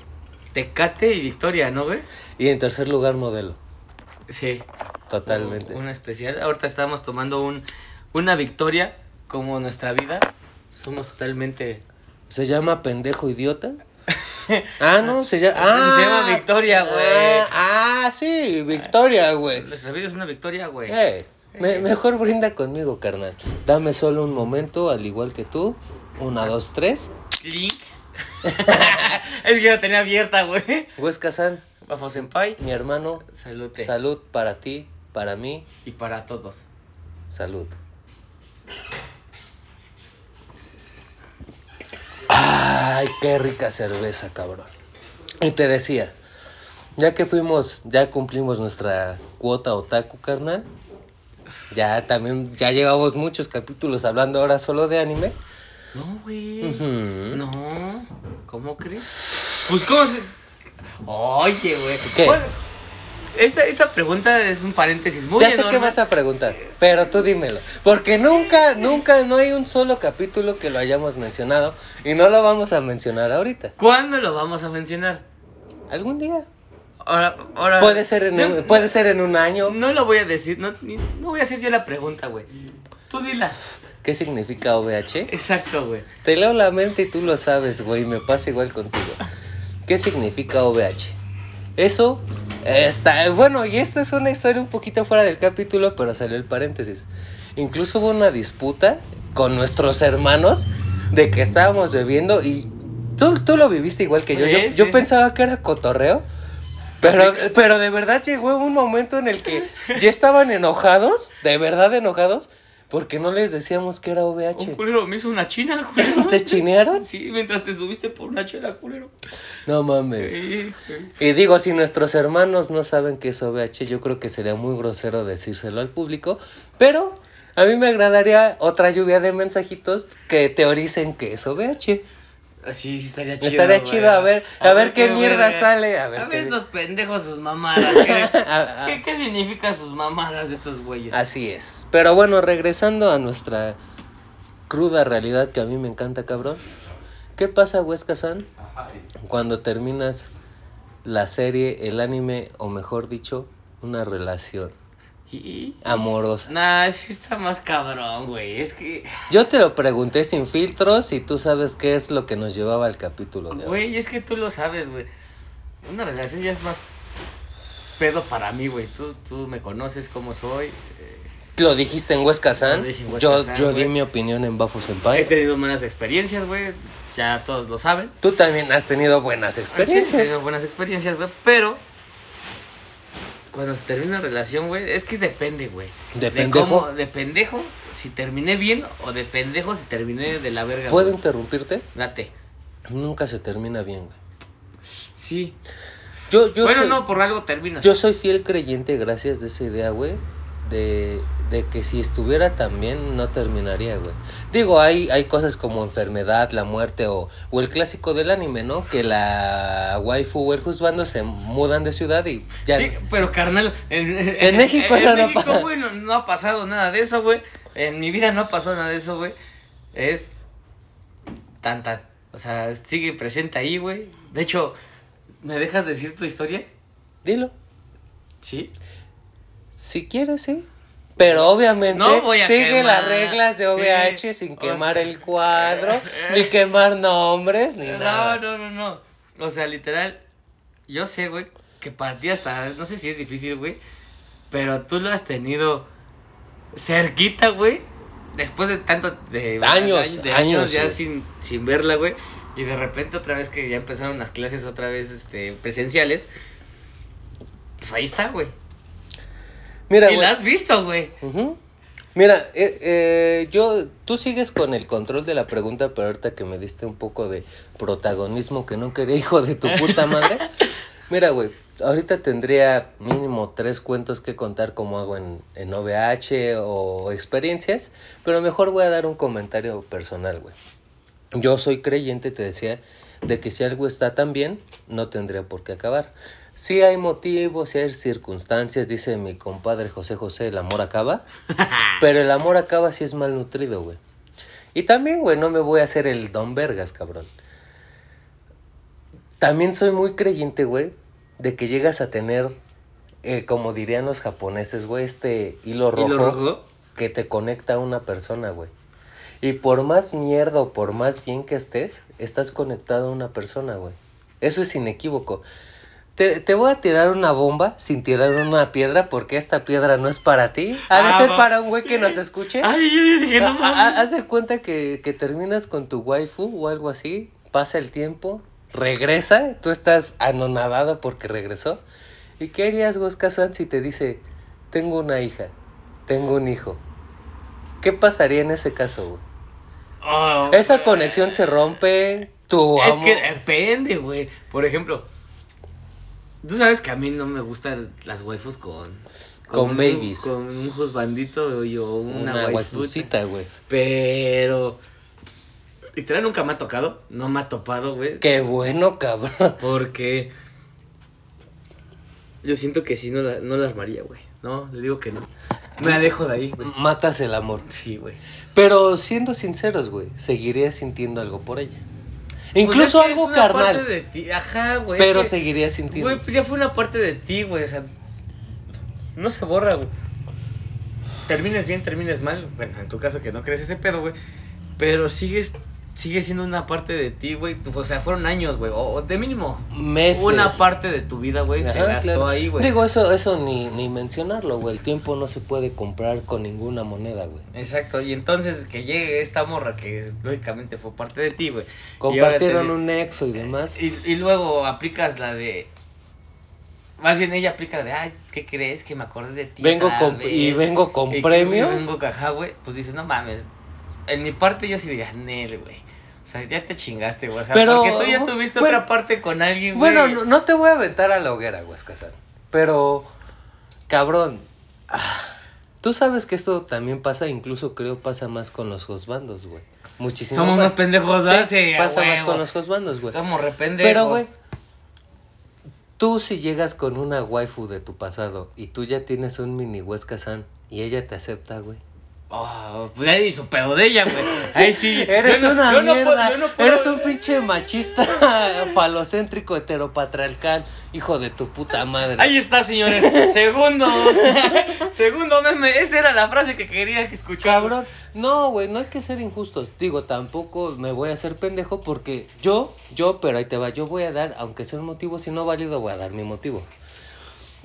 Speaker 2: Tecate y Victoria, ¿no, güey?
Speaker 1: Y en tercer lugar, modelo.
Speaker 2: Sí.
Speaker 1: Totalmente.
Speaker 2: Una especial. Ahorita estamos tomando un, una Victoria como nuestra vida. Somos totalmente.
Speaker 1: ¿Se llama pendejo
Speaker 2: [LAUGHS]
Speaker 1: idiota? Ah, no, se llama... Ah,
Speaker 2: Se llama Victoria, güey.
Speaker 1: Ah, ah, sí, Victoria, güey.
Speaker 2: Nuestra vida es una Victoria, güey.
Speaker 1: Eh, me- mejor brinda conmigo, carnal. Dame solo un momento, al igual que tú. Una, dos, tres.
Speaker 2: Clic. [LAUGHS] es que yo la tenía abierta, güey.
Speaker 1: Huesca San,
Speaker 2: Vamos en pay.
Speaker 1: mi hermano,
Speaker 2: Salute.
Speaker 1: salud para ti, para mí,
Speaker 2: y para todos.
Speaker 1: salud. Ay, qué rica cerveza, cabrón. Y te decía, ya que fuimos, ya cumplimos nuestra cuota otaku, carnal. Ya también, ya llevamos muchos capítulos hablando ahora solo de anime.
Speaker 2: No, güey.
Speaker 1: Ujú.
Speaker 2: No. ¿Cómo crees? Pues, ¿cómo se.? Oye, güey.
Speaker 1: ¿Qué?
Speaker 2: Bueno, Esta, esta pregunta es un paréntesis muy
Speaker 1: ya sé
Speaker 2: enorme.
Speaker 1: qué vas a preguntar, pero tú dímelo. Porque nunca, nunca, no hay un solo capítulo que lo hayamos mencionado y no lo vamos a mencionar ahorita.
Speaker 2: ¿Cuándo lo vamos a mencionar?
Speaker 1: Algún día.
Speaker 2: Ahora, ahora.
Speaker 1: Puede ser en, un, puede ser en un año.
Speaker 2: No lo voy a decir, no, ni- no voy a hacer yo la pregunta, güey. Tú dila.
Speaker 1: ¿Qué significa OVH?
Speaker 2: Exacto, güey.
Speaker 1: Te leo la mente y tú lo sabes, güey. Me pasa igual contigo. ¿Qué significa OVH? Eso está. Bueno, y esto es una historia un poquito fuera del capítulo, pero salió el paréntesis. Incluso hubo una disputa con nuestros hermanos de que estábamos bebiendo y tú, tú lo viviste igual que yo. Yo,
Speaker 2: Sí,
Speaker 1: yo
Speaker 2: sí.
Speaker 1: pensaba que era cotorreo. Pero, pero de verdad llegó un momento en el que ya estaban enojados, de verdad enojados, porque no les decíamos que era
Speaker 2: Un
Speaker 1: OVH.
Speaker 2: culero me hizo una china, [LAUGHS] culero.
Speaker 1: ¿Te chinearon?
Speaker 2: Sí, mientras te subiste por una chela, culero.
Speaker 1: No mames.
Speaker 2: Sí, güey.
Speaker 1: Y digo, si nuestros hermanos no saben qué es OVH, yo creo que sería muy grosero decírselo al público, pero a mí me agradaría otra lluvia de mensajitos que teoricen qué es OVH.
Speaker 2: Así sí estaría chido.
Speaker 1: Estaría
Speaker 2: güey.
Speaker 1: chido, a ver- a ver qué mierda sale, a ver
Speaker 2: a
Speaker 1: qué-
Speaker 2: ver estos pendejos sus mamadas.
Speaker 1: [LAUGHS]
Speaker 2: ¿Qué,
Speaker 1: A- a-
Speaker 2: qué, qué significa sus mamadas de estos güeyes?
Speaker 1: Ah, Así es. Pero bueno, regresando a nuestra cruda realidad que a mí me encanta, cabrón. ¿Qué pasa, Huesca San, cuando terminas la serie, el anime, o mejor dicho, una relación
Speaker 2: Y-
Speaker 1: amorosa?
Speaker 2: Nah, sí está más cabrón, güey. Es que,
Speaker 1: Yo te lo pregunté sin filtros y tú sabes qué es lo que nos llevaba al capítulo de hoy.
Speaker 2: güey, es que tú lo sabes, güey. Una relación ya es más pedo para mí, güey. Tú, tú me conoces cómo soy. eh,
Speaker 1: Lo dijiste en Huesca San.
Speaker 2: Lo dije en Huesca
Speaker 1: Yo,
Speaker 2: San,
Speaker 1: yo di
Speaker 2: güey.
Speaker 1: mi opinión en Bafo Senpai.
Speaker 2: He tenido buenas experiencias, güey. Ya todos lo saben.
Speaker 1: Tú también has tenido buenas
Speaker 2: Ah, Sí, he
Speaker 1: experiencias.
Speaker 2: tenido buenas experiencias, güey. Pero cuando se termina una relación, güey, es que depende, güey.
Speaker 1: ¿De pendejo?
Speaker 2: pendejo. de pendejo si terminé bien o de pendejo si terminé de la verga.
Speaker 1: ¿Puedo
Speaker 2: güey.
Speaker 1: interrumpirte?
Speaker 2: Date.
Speaker 1: Nunca se termina bien, güey.
Speaker 2: Sí.
Speaker 1: Yo, yo
Speaker 2: bueno,
Speaker 1: soy-
Speaker 2: no, por algo terminas.
Speaker 1: Yo soy fiel creyente, gracias de esa idea, güey, de, de que si estuviera también no terminaría, güey. Digo, hay, hay cosas como enfermedad, la muerte o, o el clásico del anime, ¿no? Que la waifu o el husbando se mudan de ciudad y ya.
Speaker 2: Sí, pero carnal, en,
Speaker 1: En México eso
Speaker 2: en
Speaker 1: no
Speaker 2: México,
Speaker 1: pasa.
Speaker 2: güey, no, no ha pasado nada de eso, güey. En mi vida no ha pasado nada de eso, güey. Es tan tan. O sea, sigue presente ahí, güey. De hecho, ¿me dejas decir tu historia?
Speaker 1: Dilo.
Speaker 2: Sí.
Speaker 1: Si quieres, sí. Pero obviamente
Speaker 2: No voy a
Speaker 1: sigue
Speaker 2: quemar,
Speaker 1: las reglas de
Speaker 2: sí.
Speaker 1: OVH sin
Speaker 2: O
Speaker 1: quemar
Speaker 2: sea-
Speaker 1: el
Speaker 2: [LAUGHS]
Speaker 1: cuadro, ni quemar nombres, ni
Speaker 2: No,
Speaker 1: nada.
Speaker 2: no, no, no. O sea, literal, yo sé, güey, que para ti hasta, no sé si es difícil, güey, pero tú lo has tenido cerquita, güey, después de tanto, de
Speaker 1: Años,
Speaker 2: de,
Speaker 1: años,
Speaker 2: ya
Speaker 1: güey.
Speaker 2: sin, sin verla, güey, y de repente otra vez que ya empezaron las clases otra vez, este, presenciales, pues ahí está, güey.
Speaker 1: Mira,
Speaker 2: y
Speaker 1: güey.
Speaker 2: la has visto, güey.
Speaker 1: Ujú. Mira, eh, eh, yo, tú sigues con el control de la pregunta, pero ahorita que me diste un poco de protagonismo que no quería, hijo de tu puta madre. Mira, güey, ahorita tendría mínimo tres cuentos que contar como hago en, en OVH o experiencias, pero mejor voy a dar un comentario personal, güey. Yo soy creyente, te decía, de que si algo está tan bien, no tendría por qué acabar. Si hay motivos, si hay circunstancias, dice mi compadre José José, el amor acaba. Pero el amor acaba si es malnutrido, güey. Y también, güey, no me voy a hacer el don vergas, cabrón. También soy muy creyente, güey, de que llegas a tener, eh, como dirían los japoneses, güey, este hilo rojo,
Speaker 2: ¿Y lo rojo?
Speaker 1: que te conecta a una persona, güey. Y por más mierda o por más bien que estés, estás conectado a una persona, güey. Eso es inequívoco. Te, te voy a tirar una bomba sin tirar una piedra porque esta piedra no es para ti. Ha de
Speaker 2: Ah,
Speaker 1: ser
Speaker 2: va. Ah,
Speaker 1: para un güey que nos escuche.
Speaker 2: Ay, yo dije, no
Speaker 1: Ha- ha-
Speaker 2: mames.
Speaker 1: Ah, Haz de cuenta que, que terminas con tu waifu o algo así, pasa el tiempo, regresa, tú estás anonadado porque regresó. ¿Y qué harías, Huesca-san, si te dice, tengo una hija, tengo un hijo? ¿Qué pasaría en ese caso, güey?
Speaker 2: Oh,
Speaker 1: Esa
Speaker 2: güey.
Speaker 1: conexión se rompe, tu
Speaker 2: Es
Speaker 1: amo-
Speaker 2: que eh, depende, güey. Por ejemplo, tú sabes que a mí no me gustan las waifus con.
Speaker 1: Con
Speaker 2: un-
Speaker 1: babies.
Speaker 2: Con un husbandito y- o
Speaker 1: Una
Speaker 2: una, waifucita.
Speaker 1: waifucita, güey.
Speaker 2: Pero. Literal nunca me ha tocado. No me ha topado, güey.
Speaker 1: Qué bueno, cabrón.
Speaker 2: Porque. Yo siento que sí no la, no la armaría, güey. No, le digo que no. Me alejo de ahí, güey.
Speaker 1: Matas el amor.
Speaker 2: Sí, güey. Pues
Speaker 1: Pero siendo sinceros, güey, seguiría sintiendo algo por ella.
Speaker 2: Pues
Speaker 1: Incluso
Speaker 2: es que es
Speaker 1: algo
Speaker 2: una
Speaker 1: carnal.
Speaker 2: parte de ti, Ajá, güey. es
Speaker 1: Pero
Speaker 2: Pues que-
Speaker 1: seguiría sintiendo.
Speaker 2: Güey, pues ya fue una parte de ti, güey. O sea, no se borra, güey. Termines bien, termines mal. Bueno, en tu caso que no crees ese pedo, güey. Pero sigues, sigue siendo una parte de ti, güey. Tu- O sea, fueron años, güey. O, o de mínimo.
Speaker 1: meses.
Speaker 2: Una parte de tu vida, güey, se
Speaker 1: Ajá,
Speaker 2: gastó
Speaker 1: claro.
Speaker 2: ahí, güey.
Speaker 1: Digo, eso, eso ni, ni mencionarlo, güey. El tiempo no se puede comprar con ninguna moneda, güey.
Speaker 2: Exacto, y entonces que llegue esta morra que lógicamente fue parte de ti, güey. y ahora te-
Speaker 1: Compartieron un nexo y demás.
Speaker 2: Y, y luego aplicas la de. Más bien ella aplica la de, ay, ¿qué crees? Que me acordé de ti.
Speaker 1: Vengo
Speaker 2: otra
Speaker 1: con-
Speaker 2: vez".
Speaker 1: y vengo con
Speaker 2: Y que
Speaker 1: premio.
Speaker 2: Vengo cajá, güey. Pues dices, no mames. En mi parte yo sí diría, Nel, güey. O sea, ya te chingaste, güey. O sea,
Speaker 1: Pero,
Speaker 2: porque tú ya tuviste
Speaker 1: bueno,
Speaker 2: otra parte con alguien, güey.
Speaker 1: Bueno, no, no te voy a aventar a la hoguera, Huescasán. Pero, cabrón. ah, Tú sabes que esto también pasa, incluso creo pasa más con los husbandos, güey. Muchísimo
Speaker 2: Somos más pendejos, ¿verdad?
Speaker 1: Sí,
Speaker 2: Sí, a
Speaker 1: pasa más
Speaker 2: huevo.
Speaker 1: con los husbandos, güey.
Speaker 2: Somos rependejos.
Speaker 1: Pero, güey, tú si llegas con una waifu de tu pasado y tú ya tienes un mini Huesca San y ella te acepta, güey.
Speaker 2: Oh, pues ahí hizo pedo de ella, güey. Ahí sí.
Speaker 1: [LAUGHS] Eres
Speaker 2: Yo no-
Speaker 1: una
Speaker 2: yo no puedo-
Speaker 1: mierda.
Speaker 2: yo no puedo-
Speaker 1: Eres un pinche machista [LAUGHS] falocéntrico heteropatriarcal, hijo de tu puta madre.
Speaker 2: Ahí está,
Speaker 1: [LAUGHS]
Speaker 2: señores. Segundo. [LAUGHS] Segundo meme. Esa era la frase que quería que escuchara.
Speaker 1: Cabrón, no, güey, no hay que ser injustos. Digo, tampoco me voy a hacer pendejo porque yo, yo, pero ahí te va, yo voy a dar, aunque sea un motivo, si no válido, voy a dar mi motivo.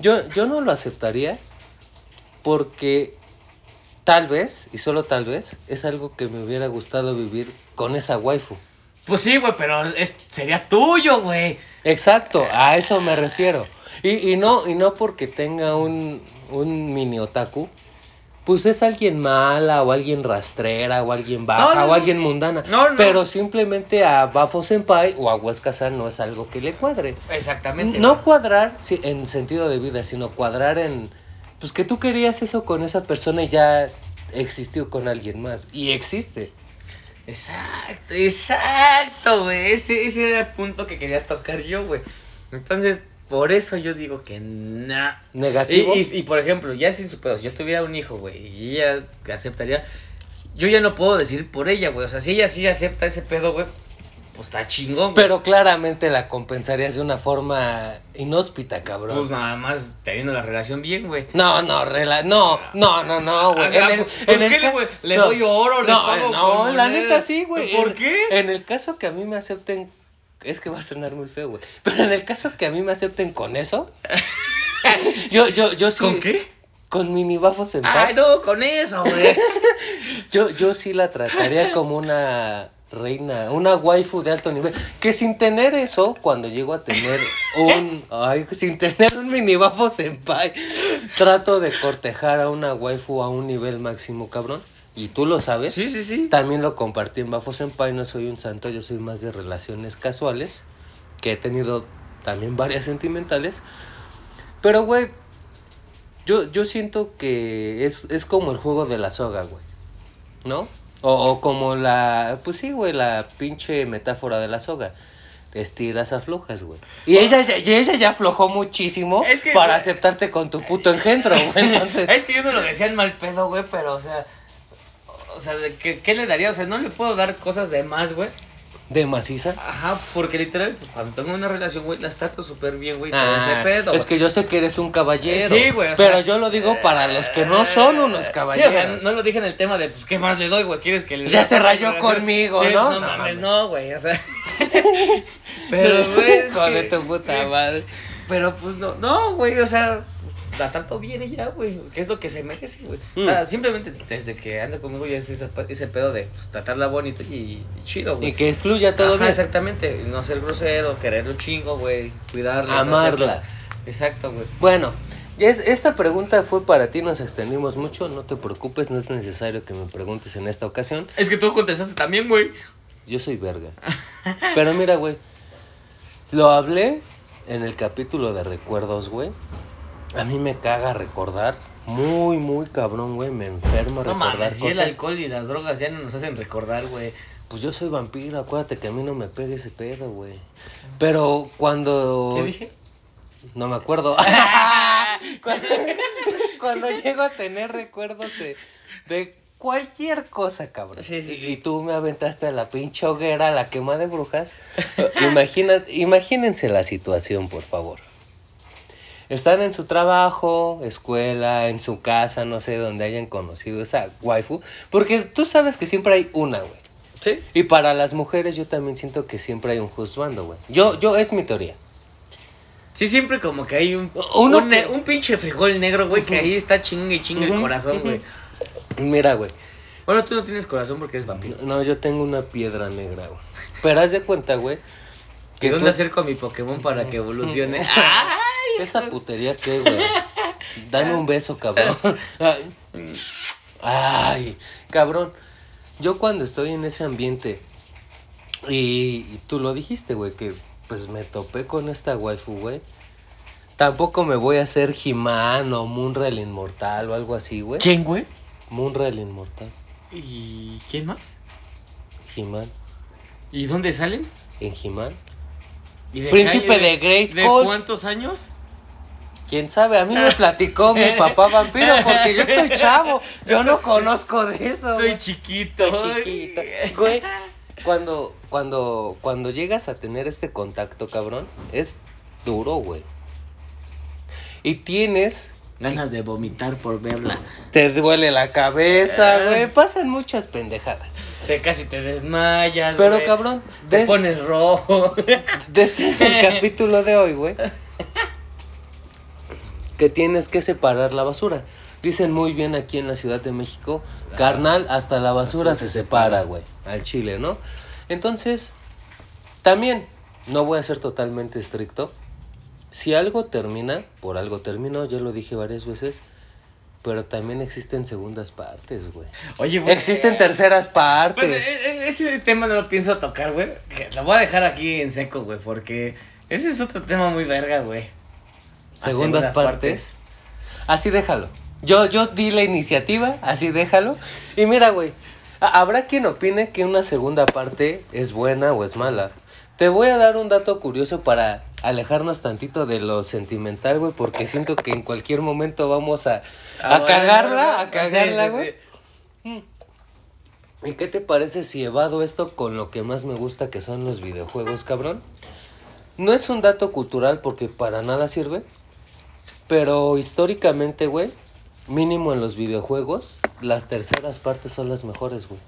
Speaker 1: Yo, yo no lo aceptaría porque tal vez, y solo tal vez, es algo que me hubiera gustado vivir con esa waifu.
Speaker 2: Pues sí, güey, pero es, sería tuyo, güey.
Speaker 1: Exacto, a eso me refiero. Y, y no, y no porque tenga un, un mini otaku. Pues es alguien mala, o alguien rastrera, o alguien baja,
Speaker 2: No, no,
Speaker 1: o
Speaker 2: no.
Speaker 1: alguien mundana.
Speaker 2: No, no.
Speaker 1: Pero simplemente a Bafo Senpai o a Huesca-san no es algo que le cuadre.
Speaker 2: Exactamente.
Speaker 1: No
Speaker 2: güey.
Speaker 1: cuadrar sí, en sentido de vida, sino cuadrar en, pues que tú querías eso con esa persona y ya existió con alguien más. Y existe.
Speaker 2: Exacto, exacto, güey. Ese, ese era el punto que quería tocar yo, güey. Entonces, por eso yo digo que nah.
Speaker 1: Negativo.
Speaker 2: Y, y- y, por ejemplo, ya sin superar, si yo tuviera un hijo, güey, y ella aceptaría, yo ya no puedo decir por ella, güey. O sea, si ella sí acepta ese pedo, güey, pues está chingón, güey.
Speaker 1: Pero claramente la compensarías de una forma inhóspita, cabrón.
Speaker 2: Pues nada más teniendo la relación bien, güey.
Speaker 1: No, no, rela no, no, no, no, güey.
Speaker 2: Ah, pues, ¿qué le,
Speaker 1: ca-
Speaker 2: güey? ¿Le doy oro? ¿Le pago
Speaker 1: No,
Speaker 2: con
Speaker 1: la
Speaker 2: monedas?
Speaker 1: neta sí, güey.
Speaker 2: ¿Por
Speaker 1: En-
Speaker 2: qué?
Speaker 1: En el caso que a mí me acepten, es que va a sonar muy feo, güey. [LAUGHS] Pero en el caso que a mí me acepten con
Speaker 2: [LAUGHS]
Speaker 1: eso, yo, yo, yo sí.
Speaker 2: ¿Con qué?
Speaker 1: Con mini bafos en
Speaker 2: Ay, Ah, no, con eso, güey.
Speaker 1: [LAUGHS] Yo, yo sí la trataría como una reina, una waifu de alto nivel. Que sin tener eso, cuando llego a tener un. Ay, sin tener un mini bafo senpai, trato de cortejar a una waifu a un nivel máximo, cabrón. Y tú lo sabes.
Speaker 2: Sí, sí, sí.
Speaker 1: También lo compartí en Bafo Senpai, no soy un santo, yo soy más de relaciones casuales, que he tenido también varias sentimentales. Pero, güey, yo, yo siento que es, es como el juego de la soga, güey. ¿No? O, o como la, pues sí, güey, la pinche metáfora de la soga. Te estiras, aflojas, güey. Y ella, ya- y ella ya aflojó muchísimo
Speaker 2: Es que,
Speaker 1: para
Speaker 2: güey.
Speaker 1: aceptarte con tu puto engendro,
Speaker 2: [LAUGHS]
Speaker 1: güey. Entonces,
Speaker 2: Es que yo no lo decía en mal pedo, güey, pero, o sea. O sea, ¿de ¿qué, ¿qué le daría? O sea, no le puedo dar cosas de más, güey.
Speaker 1: de maciza.
Speaker 2: Ajá, porque literal, pues, cuando tengo una relación, güey, las trato súper bien, güey, todo
Speaker 1: Ah,
Speaker 2: ese pedo.
Speaker 1: Es que yo sé que eres un caballero.
Speaker 2: Sí, güey, o
Speaker 1: Pero
Speaker 2: sea-
Speaker 1: yo lo digo para los que no son unos caballeros.
Speaker 2: Ah, Sí, o sea, no lo dije en el tema de, pues, ¿qué más le doy, güey? ¿Quieres que le
Speaker 1: Ya
Speaker 2: dé
Speaker 1: se
Speaker 2: otra
Speaker 1: rayó
Speaker 2: relación?
Speaker 1: conmigo,
Speaker 2: Sí,
Speaker 1: ¿no?
Speaker 2: No
Speaker 1: No mames.
Speaker 2: mames, no, güey,
Speaker 1: [LAUGHS]
Speaker 2: o sea. [LAUGHS] pero, güey. es
Speaker 1: Hijo de
Speaker 2: que-
Speaker 1: tu puta madre.
Speaker 2: Pero pues no, no, güey, o sea, pues, la trato bien y ya, güey, que es lo que se merece, güey. O sea, simplemente desde que anda conmigo ya es ese, pe- ese pedo de pues, tratarla bonita y, y chido,
Speaker 1: Y
Speaker 2: güey.
Speaker 1: que fluya todo
Speaker 2: Ajá,
Speaker 1: bien.
Speaker 2: exactamente, no ser grosero, querer un chingo, güey, cuidarla.
Speaker 1: Amarla.
Speaker 2: tratarla- Exacto, güey.
Speaker 1: Bueno, es, esta pregunta fue para ti, nos extendimos mucho. No te preocupes, no es necesario que me preguntes en esta ocasión.
Speaker 2: Es que tú contestaste también, güey.
Speaker 1: Yo soy
Speaker 2: [LAUGHS]
Speaker 1: verga. Pero mira, güey. Lo hablé en el capítulo de recuerdos, güey. A mí me caga recordar. Muy, muy cabrón, güey. Me enferma
Speaker 2: No
Speaker 1: recordar
Speaker 2: mames, si el
Speaker 1: cosas.
Speaker 2: alcohol y las drogas ya no nos hacen recordar, güey.
Speaker 1: Pues yo soy vampiro, acuérdate que a mí no me pega ese pedo, güey. Pero cuando.
Speaker 2: ¿Qué dije?
Speaker 1: No me acuerdo. [LAUGHS] cuando, cuando llego a tener recuerdos de, de cualquier cosa, cabrón.
Speaker 2: Sí, sí, sí.
Speaker 1: Y tú me aventaste a la pinche hoguera, a la quema de [LAUGHS] brujas. Imagina, imagínense la situación, por favor. Están en su trabajo, escuela, en su casa, no sé, donde hayan conocido esa waifu. Porque tú sabes que siempre hay una, güey.
Speaker 2: Sí.
Speaker 1: Y para las mujeres yo también siento que siempre hay un juzgando, güey. Yo, yo, es mi teoría.
Speaker 2: Sí, siempre como que hay un,
Speaker 1: Uno
Speaker 2: un, ne-
Speaker 1: que-
Speaker 2: un pinche frijol negro, güey, que ahí está chingue y chingue el corazón, güey.
Speaker 1: Mira, güey.
Speaker 2: Bueno, tú no tienes corazón porque eres vampiro.
Speaker 1: No, yo tengo una piedra negra, güey. Pero haz de cuenta, güey.
Speaker 2: ¿Qué
Speaker 1: Que
Speaker 2: dónde
Speaker 1: tú-
Speaker 2: acerco a mi Pokémon para que
Speaker 1: [LAUGHS]
Speaker 2: evolucione? Ah.
Speaker 1: Esa putería que, güey. Dame un beso, cabrón. Ay. Ay, cabrón. Yo cuando estoy en ese ambiente. Y, y tú lo dijiste, güey, que pues me topé con esta waifu, güey. Tampoco me voy a hacer He-Man o Munra el Inmortal o algo así, güey.
Speaker 2: ¿Quién, güey?
Speaker 1: Munra el Inmortal,
Speaker 2: ¿Y quién más?
Speaker 1: He-Man.
Speaker 2: ¿Y dónde salen?
Speaker 1: ¿En He-Man?
Speaker 2: ¿Y de
Speaker 1: Príncipe
Speaker 2: calle?
Speaker 1: de Grayskull.
Speaker 2: ¿De cuántos años?
Speaker 1: ¿Quién sabe? A mí me platicó
Speaker 2: [LAUGHS]
Speaker 1: mi papá vampiro porque yo estoy chavo. Yo no conozco de eso.
Speaker 2: Estoy
Speaker 1: güey.
Speaker 2: chiquito.
Speaker 1: Estoy chiquito. Güey, cuando, cuando, cuando llegas a tener este contacto, cabrón, es duro, güey. Y tienes
Speaker 2: Ganas de vomitar por verla.
Speaker 1: te duele la cabeza,
Speaker 2: Ah.
Speaker 1: güey. Pasan muchas pendejadas.
Speaker 2: Te casi te desmayas,
Speaker 1: Pero,
Speaker 2: güey.
Speaker 1: cabrón,
Speaker 2: Te
Speaker 1: des-
Speaker 2: pones rojo. [LAUGHS]
Speaker 1: Este es el capítulo de hoy, güey. Que tienes que separar la basura. Dicen muy bien aquí en la Ciudad de México, carnal, hasta la basura se separa, güey. Al chile, ¿no? Entonces, también, no voy a ser totalmente estricto. Si algo termina, por algo terminó, ya lo dije varias veces, pero también existen segundas partes, güey.
Speaker 2: Oye, güey.
Speaker 1: Existen terceras
Speaker 2: Bueno,
Speaker 1: partes.
Speaker 2: e- e- ese tema no lo pienso tocar, güey. Que Lo voy a dejar aquí en seco, güey, porque ese es otro tema muy verga, güey. A
Speaker 1: Segundas partes. así déjalo. Yo, yo di la iniciativa, así déjalo. Y mira, güey, ha- habrá quien opine que una segunda parte es buena o es mala. Te voy a dar un dato curioso para alejarnos tantito de lo sentimental, güey, porque siento que en cualquier momento vamos a,
Speaker 2: Ah,
Speaker 1: a cagarla, a cagarla, güey. ¿Y qué te parece si evado esto con lo que más me gusta que son los videojuegos, cabrón? No es un dato cultural porque para nada sirve, pero históricamente, güey, mínimo en los videojuegos, las terceras partes son las mejores, güey.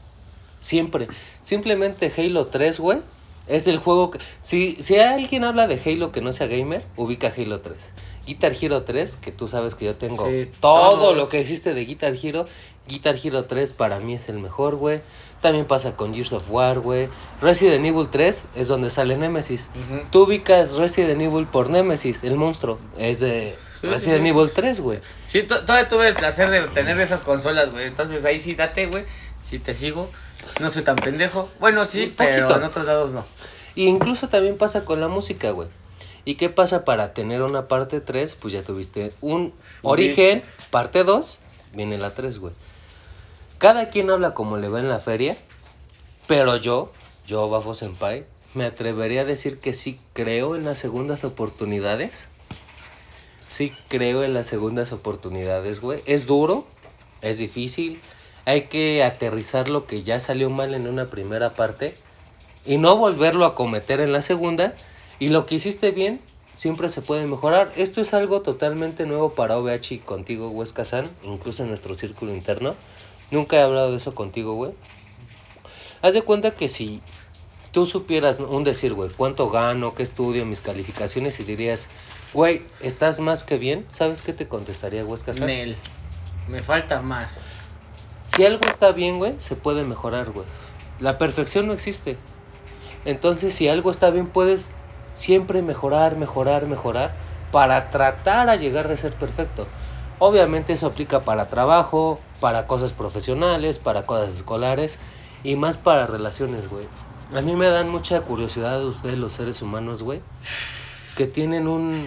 Speaker 1: Siempre. Simplemente Halo 3, güey, es el juego que... Si, si alguien habla de Halo que no sea gamer, ubica Halo 3. Guitar Hero 3, que tú sabes que yo tengo
Speaker 2: Sí,
Speaker 1: todo
Speaker 2: todos.
Speaker 1: lo que existe de Guitar Hero. Guitar Hero 3 para mí es el mejor, güey. También pasa con Gears of War, güey. Resident Evil 3 es donde sale Nemesis.
Speaker 2: Ujú.
Speaker 1: Tú ubicas Resident Evil por Nemesis, el monstruo. Es de
Speaker 2: sí,
Speaker 1: Resident
Speaker 2: sí.
Speaker 1: Evil 3, güey.
Speaker 2: Sí, to- todavía tuve el placer de tener esas consolas, güey. Entonces ahí sí date, güey. Sí te sigo. No soy tan pendejo. Bueno, sí,
Speaker 1: Un
Speaker 2: pero
Speaker 1: poquito.
Speaker 2: en otros lados no.
Speaker 1: Y incluso también pasa con la música, güey. ¿Y qué pasa para tener una parte 3? Pues ya tuviste un origen, parte 2, viene la 3, güey. Cada quien habla como le va en la feria, pero yo, yo Bafo Senpai, me atrevería a decir que sí creo en las segundas oportunidades. Sí creo en las segundas oportunidades, güey. Es duro, es difícil. Hay que aterrizar lo que ya salió mal en una primera parte y no volverlo a cometer en la segunda. Y lo que hiciste bien siempre se puede mejorar. Esto es algo totalmente nuevo para OVH y contigo, Huesca San, incluso en nuestro círculo interno. Nunca he hablado de eso contigo, güey. Haz de cuenta que si tú supieras un decir, güey, cuánto gano, qué estudio, mis calificaciones, y dirías, güey, estás más que bien, ¿sabes qué te contestaría, Huesca San?
Speaker 2: Nel. Me falta más.
Speaker 1: Si algo está bien, güey, se puede mejorar, güey. La perfección no existe. Entonces, si algo está bien, puedes siempre mejorar, mejorar, mejorar para tratar a llegar de ser perfecto. Obviamente eso aplica para trabajo, para cosas profesionales, para cosas escolares y más para relaciones, güey. A mí me dan mucha curiosidad ustedes los seres humanos, güey, que tienen un...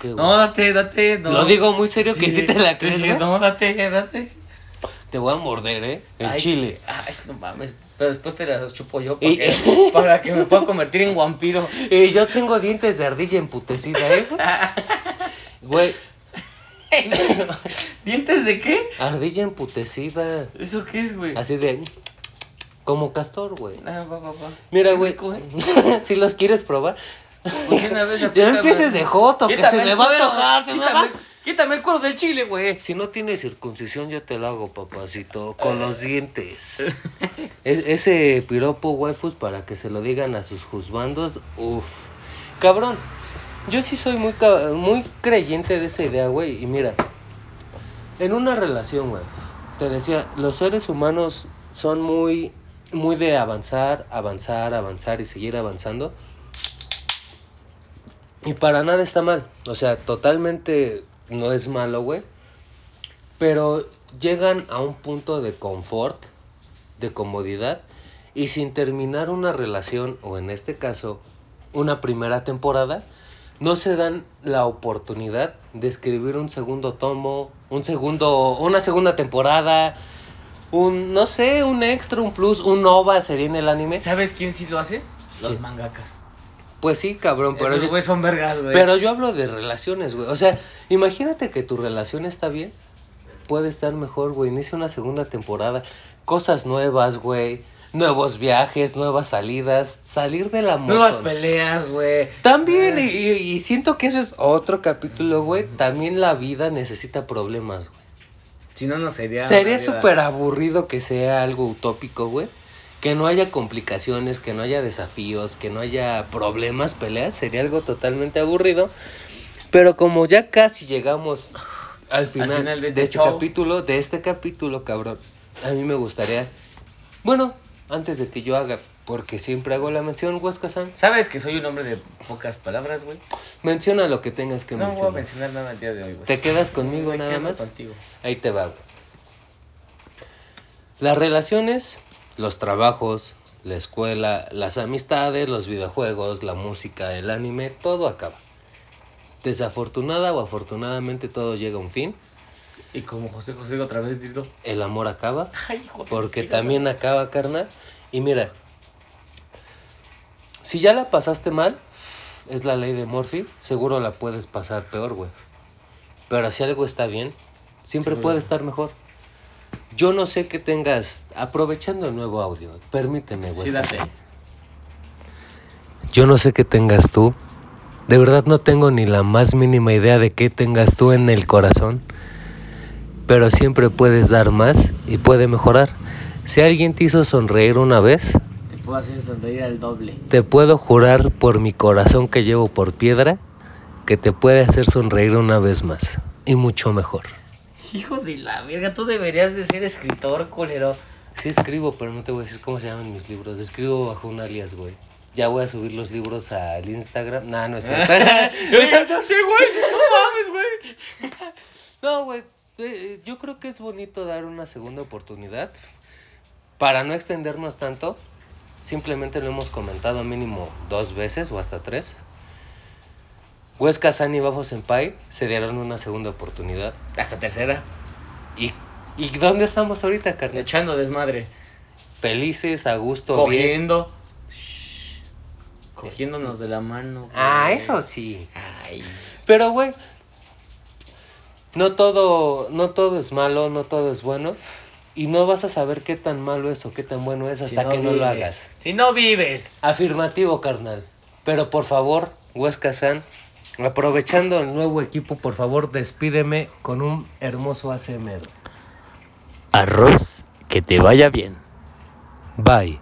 Speaker 1: ¿Qué, güey?
Speaker 2: No, date, date. No.
Speaker 1: Lo digo muy serio que sí te la crees,
Speaker 2: sí,
Speaker 1: güey.
Speaker 2: No, date, date.
Speaker 1: Te voy a morder, ¿eh? El
Speaker 2: Ay,
Speaker 1: chile.
Speaker 2: Ay, no mames. Pero después te las chupo yo
Speaker 1: Y-
Speaker 2: porque,
Speaker 1: [LAUGHS]
Speaker 2: para que me pueda convertir en vampiro.
Speaker 1: Y yo tengo dientes de ardilla emputecida, ¿eh? Güey,
Speaker 2: ¿Dientes de qué?
Speaker 1: ardilla emputecida.
Speaker 2: ¿Eso qué es, güey?
Speaker 1: Así de. Como castor, güey.
Speaker 2: Ah, va, va, va.
Speaker 1: Mira,
Speaker 2: Qué
Speaker 1: güey.
Speaker 2: rico, ¿eh?
Speaker 1: [LAUGHS] si los quieres probar.
Speaker 2: ¿Por qué Pues una vez
Speaker 1: Ya
Speaker 2: aplica,
Speaker 1: no empieces
Speaker 2: güey?
Speaker 1: de joto, que
Speaker 2: Quítame
Speaker 1: se
Speaker 2: el
Speaker 1: le va a
Speaker 2: cuero,
Speaker 1: tocar, se me
Speaker 2: quítame-
Speaker 1: va.
Speaker 2: Quítame el cuero del chile, güey.
Speaker 1: Si no tienes circuncisión, yo te la hago, papacito. Con los
Speaker 2: [LAUGHS]
Speaker 1: dientes. Es- ese piropo, waifus, para que se lo digan a sus juzbandos. Uf. Cabrón. Yo sí soy muy, ca- muy creyente de esa idea, güey. Y mira. En una relación, güey. Te decía, los seres humanos son muy. Muy de avanzar, avanzar, avanzar y seguir avanzando. Y para nada está mal. O sea, totalmente no es malo, güey. Pero llegan a un punto de confort, de comodidad, y sin terminar una relación, o en este caso, una primera temporada, no se dan la oportunidad de escribir un segundo tomo, un segundo, una segunda temporada, un, no sé, un extra, un plus, un OVA sería en el anime.
Speaker 2: ¿Sabes quién sí lo hace? Los mangakas.
Speaker 1: Pues sí, cabrón, pero
Speaker 2: Esos
Speaker 1: yo-
Speaker 2: güey son vergas, güey.
Speaker 1: pero yo hablo de relaciones, güey. O sea, imagínate que tu relación está bien. Puede estar mejor, güey. Inicia una segunda temporada. Cosas nuevas, güey. Nuevos viajes, nuevas salidas. Salir de la
Speaker 2: Nuevas
Speaker 1: monotonía.
Speaker 2: peleas, güey. Eh,
Speaker 1: También, y, y- y siento que eso es otro capítulo, güey. También la vida necesita problemas, güey.
Speaker 2: Si no, no sería.
Speaker 1: Sería
Speaker 2: una vida.
Speaker 1: súper aburrido que sea algo utópico, güey. Que no haya complicaciones, que no haya desafíos, que no haya problemas, peleas. Sería algo totalmente aburrido. Pero como ya casi llegamos al final,
Speaker 2: final
Speaker 1: de
Speaker 2: de
Speaker 1: este,
Speaker 2: este show.
Speaker 1: capítulo, de este capítulo, cabrón, a mí me gustaría... Bueno, antes de que yo haga, porque siempre hago la mención, Huesca-san,
Speaker 2: ¿Sabes que soy un hombre de pocas palabras, güey?
Speaker 1: menciona lo que tengas que
Speaker 2: No voy a
Speaker 1: mencionar.
Speaker 2: mencionar nada el día de hoy, güey.
Speaker 1: ¿Te quedas conmigo
Speaker 2: Me
Speaker 1: nada
Speaker 2: quedo
Speaker 1: más?
Speaker 2: Contigo.
Speaker 1: Ahí te va, güey. Las relaciones, los trabajos, la escuela, las amistades, los videojuegos, la música, el anime, todo acaba. Desafortunada o afortunadamente todo llega a un fin.
Speaker 2: Y como José José otra vez dilo.
Speaker 1: El amor acaba.
Speaker 2: Ay, hijo de
Speaker 1: Porque
Speaker 2: chingada.
Speaker 1: también acaba, carnal. Y mira, si ya la pasaste mal, es la ley de Murphy, seguro la puedes pasar peor, güey. Pero si algo está bien, siempre puede estar mejor. Yo no sé que tengas, aprovechando el nuevo audio, permíteme, güey.
Speaker 2: Sí, date.
Speaker 1: Yo no sé qué tengas tú. De verdad no tengo ni la más mínima idea de qué tengas tú en el corazón. Pero siempre puedes dar más y puede mejorar. Si alguien te hizo sonreír una vez,
Speaker 2: Te puedo hacer sonreír al doble.
Speaker 1: te puedo jurar por mi corazón que llevo por piedra que te puede hacer sonreír una vez más. Y mucho mejor.
Speaker 2: Hijo de la verga, tú deberías de ser escritor, culero.
Speaker 1: Sí escribo, pero no te voy a decir cómo se llaman mis libros. Escribo bajo un alias, güey. Ya voy a subir los libros al Instagram. No, no es cierto. [LAUGHS]
Speaker 2: Sí, güey. No mames, güey.
Speaker 1: No, güey, eh, yo creo que es bonito dar una segunda oportunidad. Para no extendernos tanto, simplemente lo hemos comentado mínimo dos veces o hasta tres. Huesca, San y Bafo Senpai se dieron una segunda oportunidad.
Speaker 2: Hasta tercera.
Speaker 1: ¿Y, y dónde estamos ahorita, carnal?
Speaker 2: Echando desmadre.
Speaker 1: Felices, a gusto, bien.
Speaker 2: Cogiendo. Cogiéndonos de la mano. güey.
Speaker 1: Ah, eso sí.
Speaker 2: Ay.
Speaker 1: Pero, güey, no todo, no todo es malo, no todo es bueno. Y no vas a saber qué tan malo es o qué tan bueno es Pues hasta que no
Speaker 2: vives.
Speaker 1: lo hagas.
Speaker 2: Si no vives.
Speaker 1: Afirmativo, carnal. Pero por favor, Huesca San, aprovechando el nuevo equipo, por favor, despídeme con un hermoso ACMR.
Speaker 3: Arroz, que te vaya bien.
Speaker 1: Bye.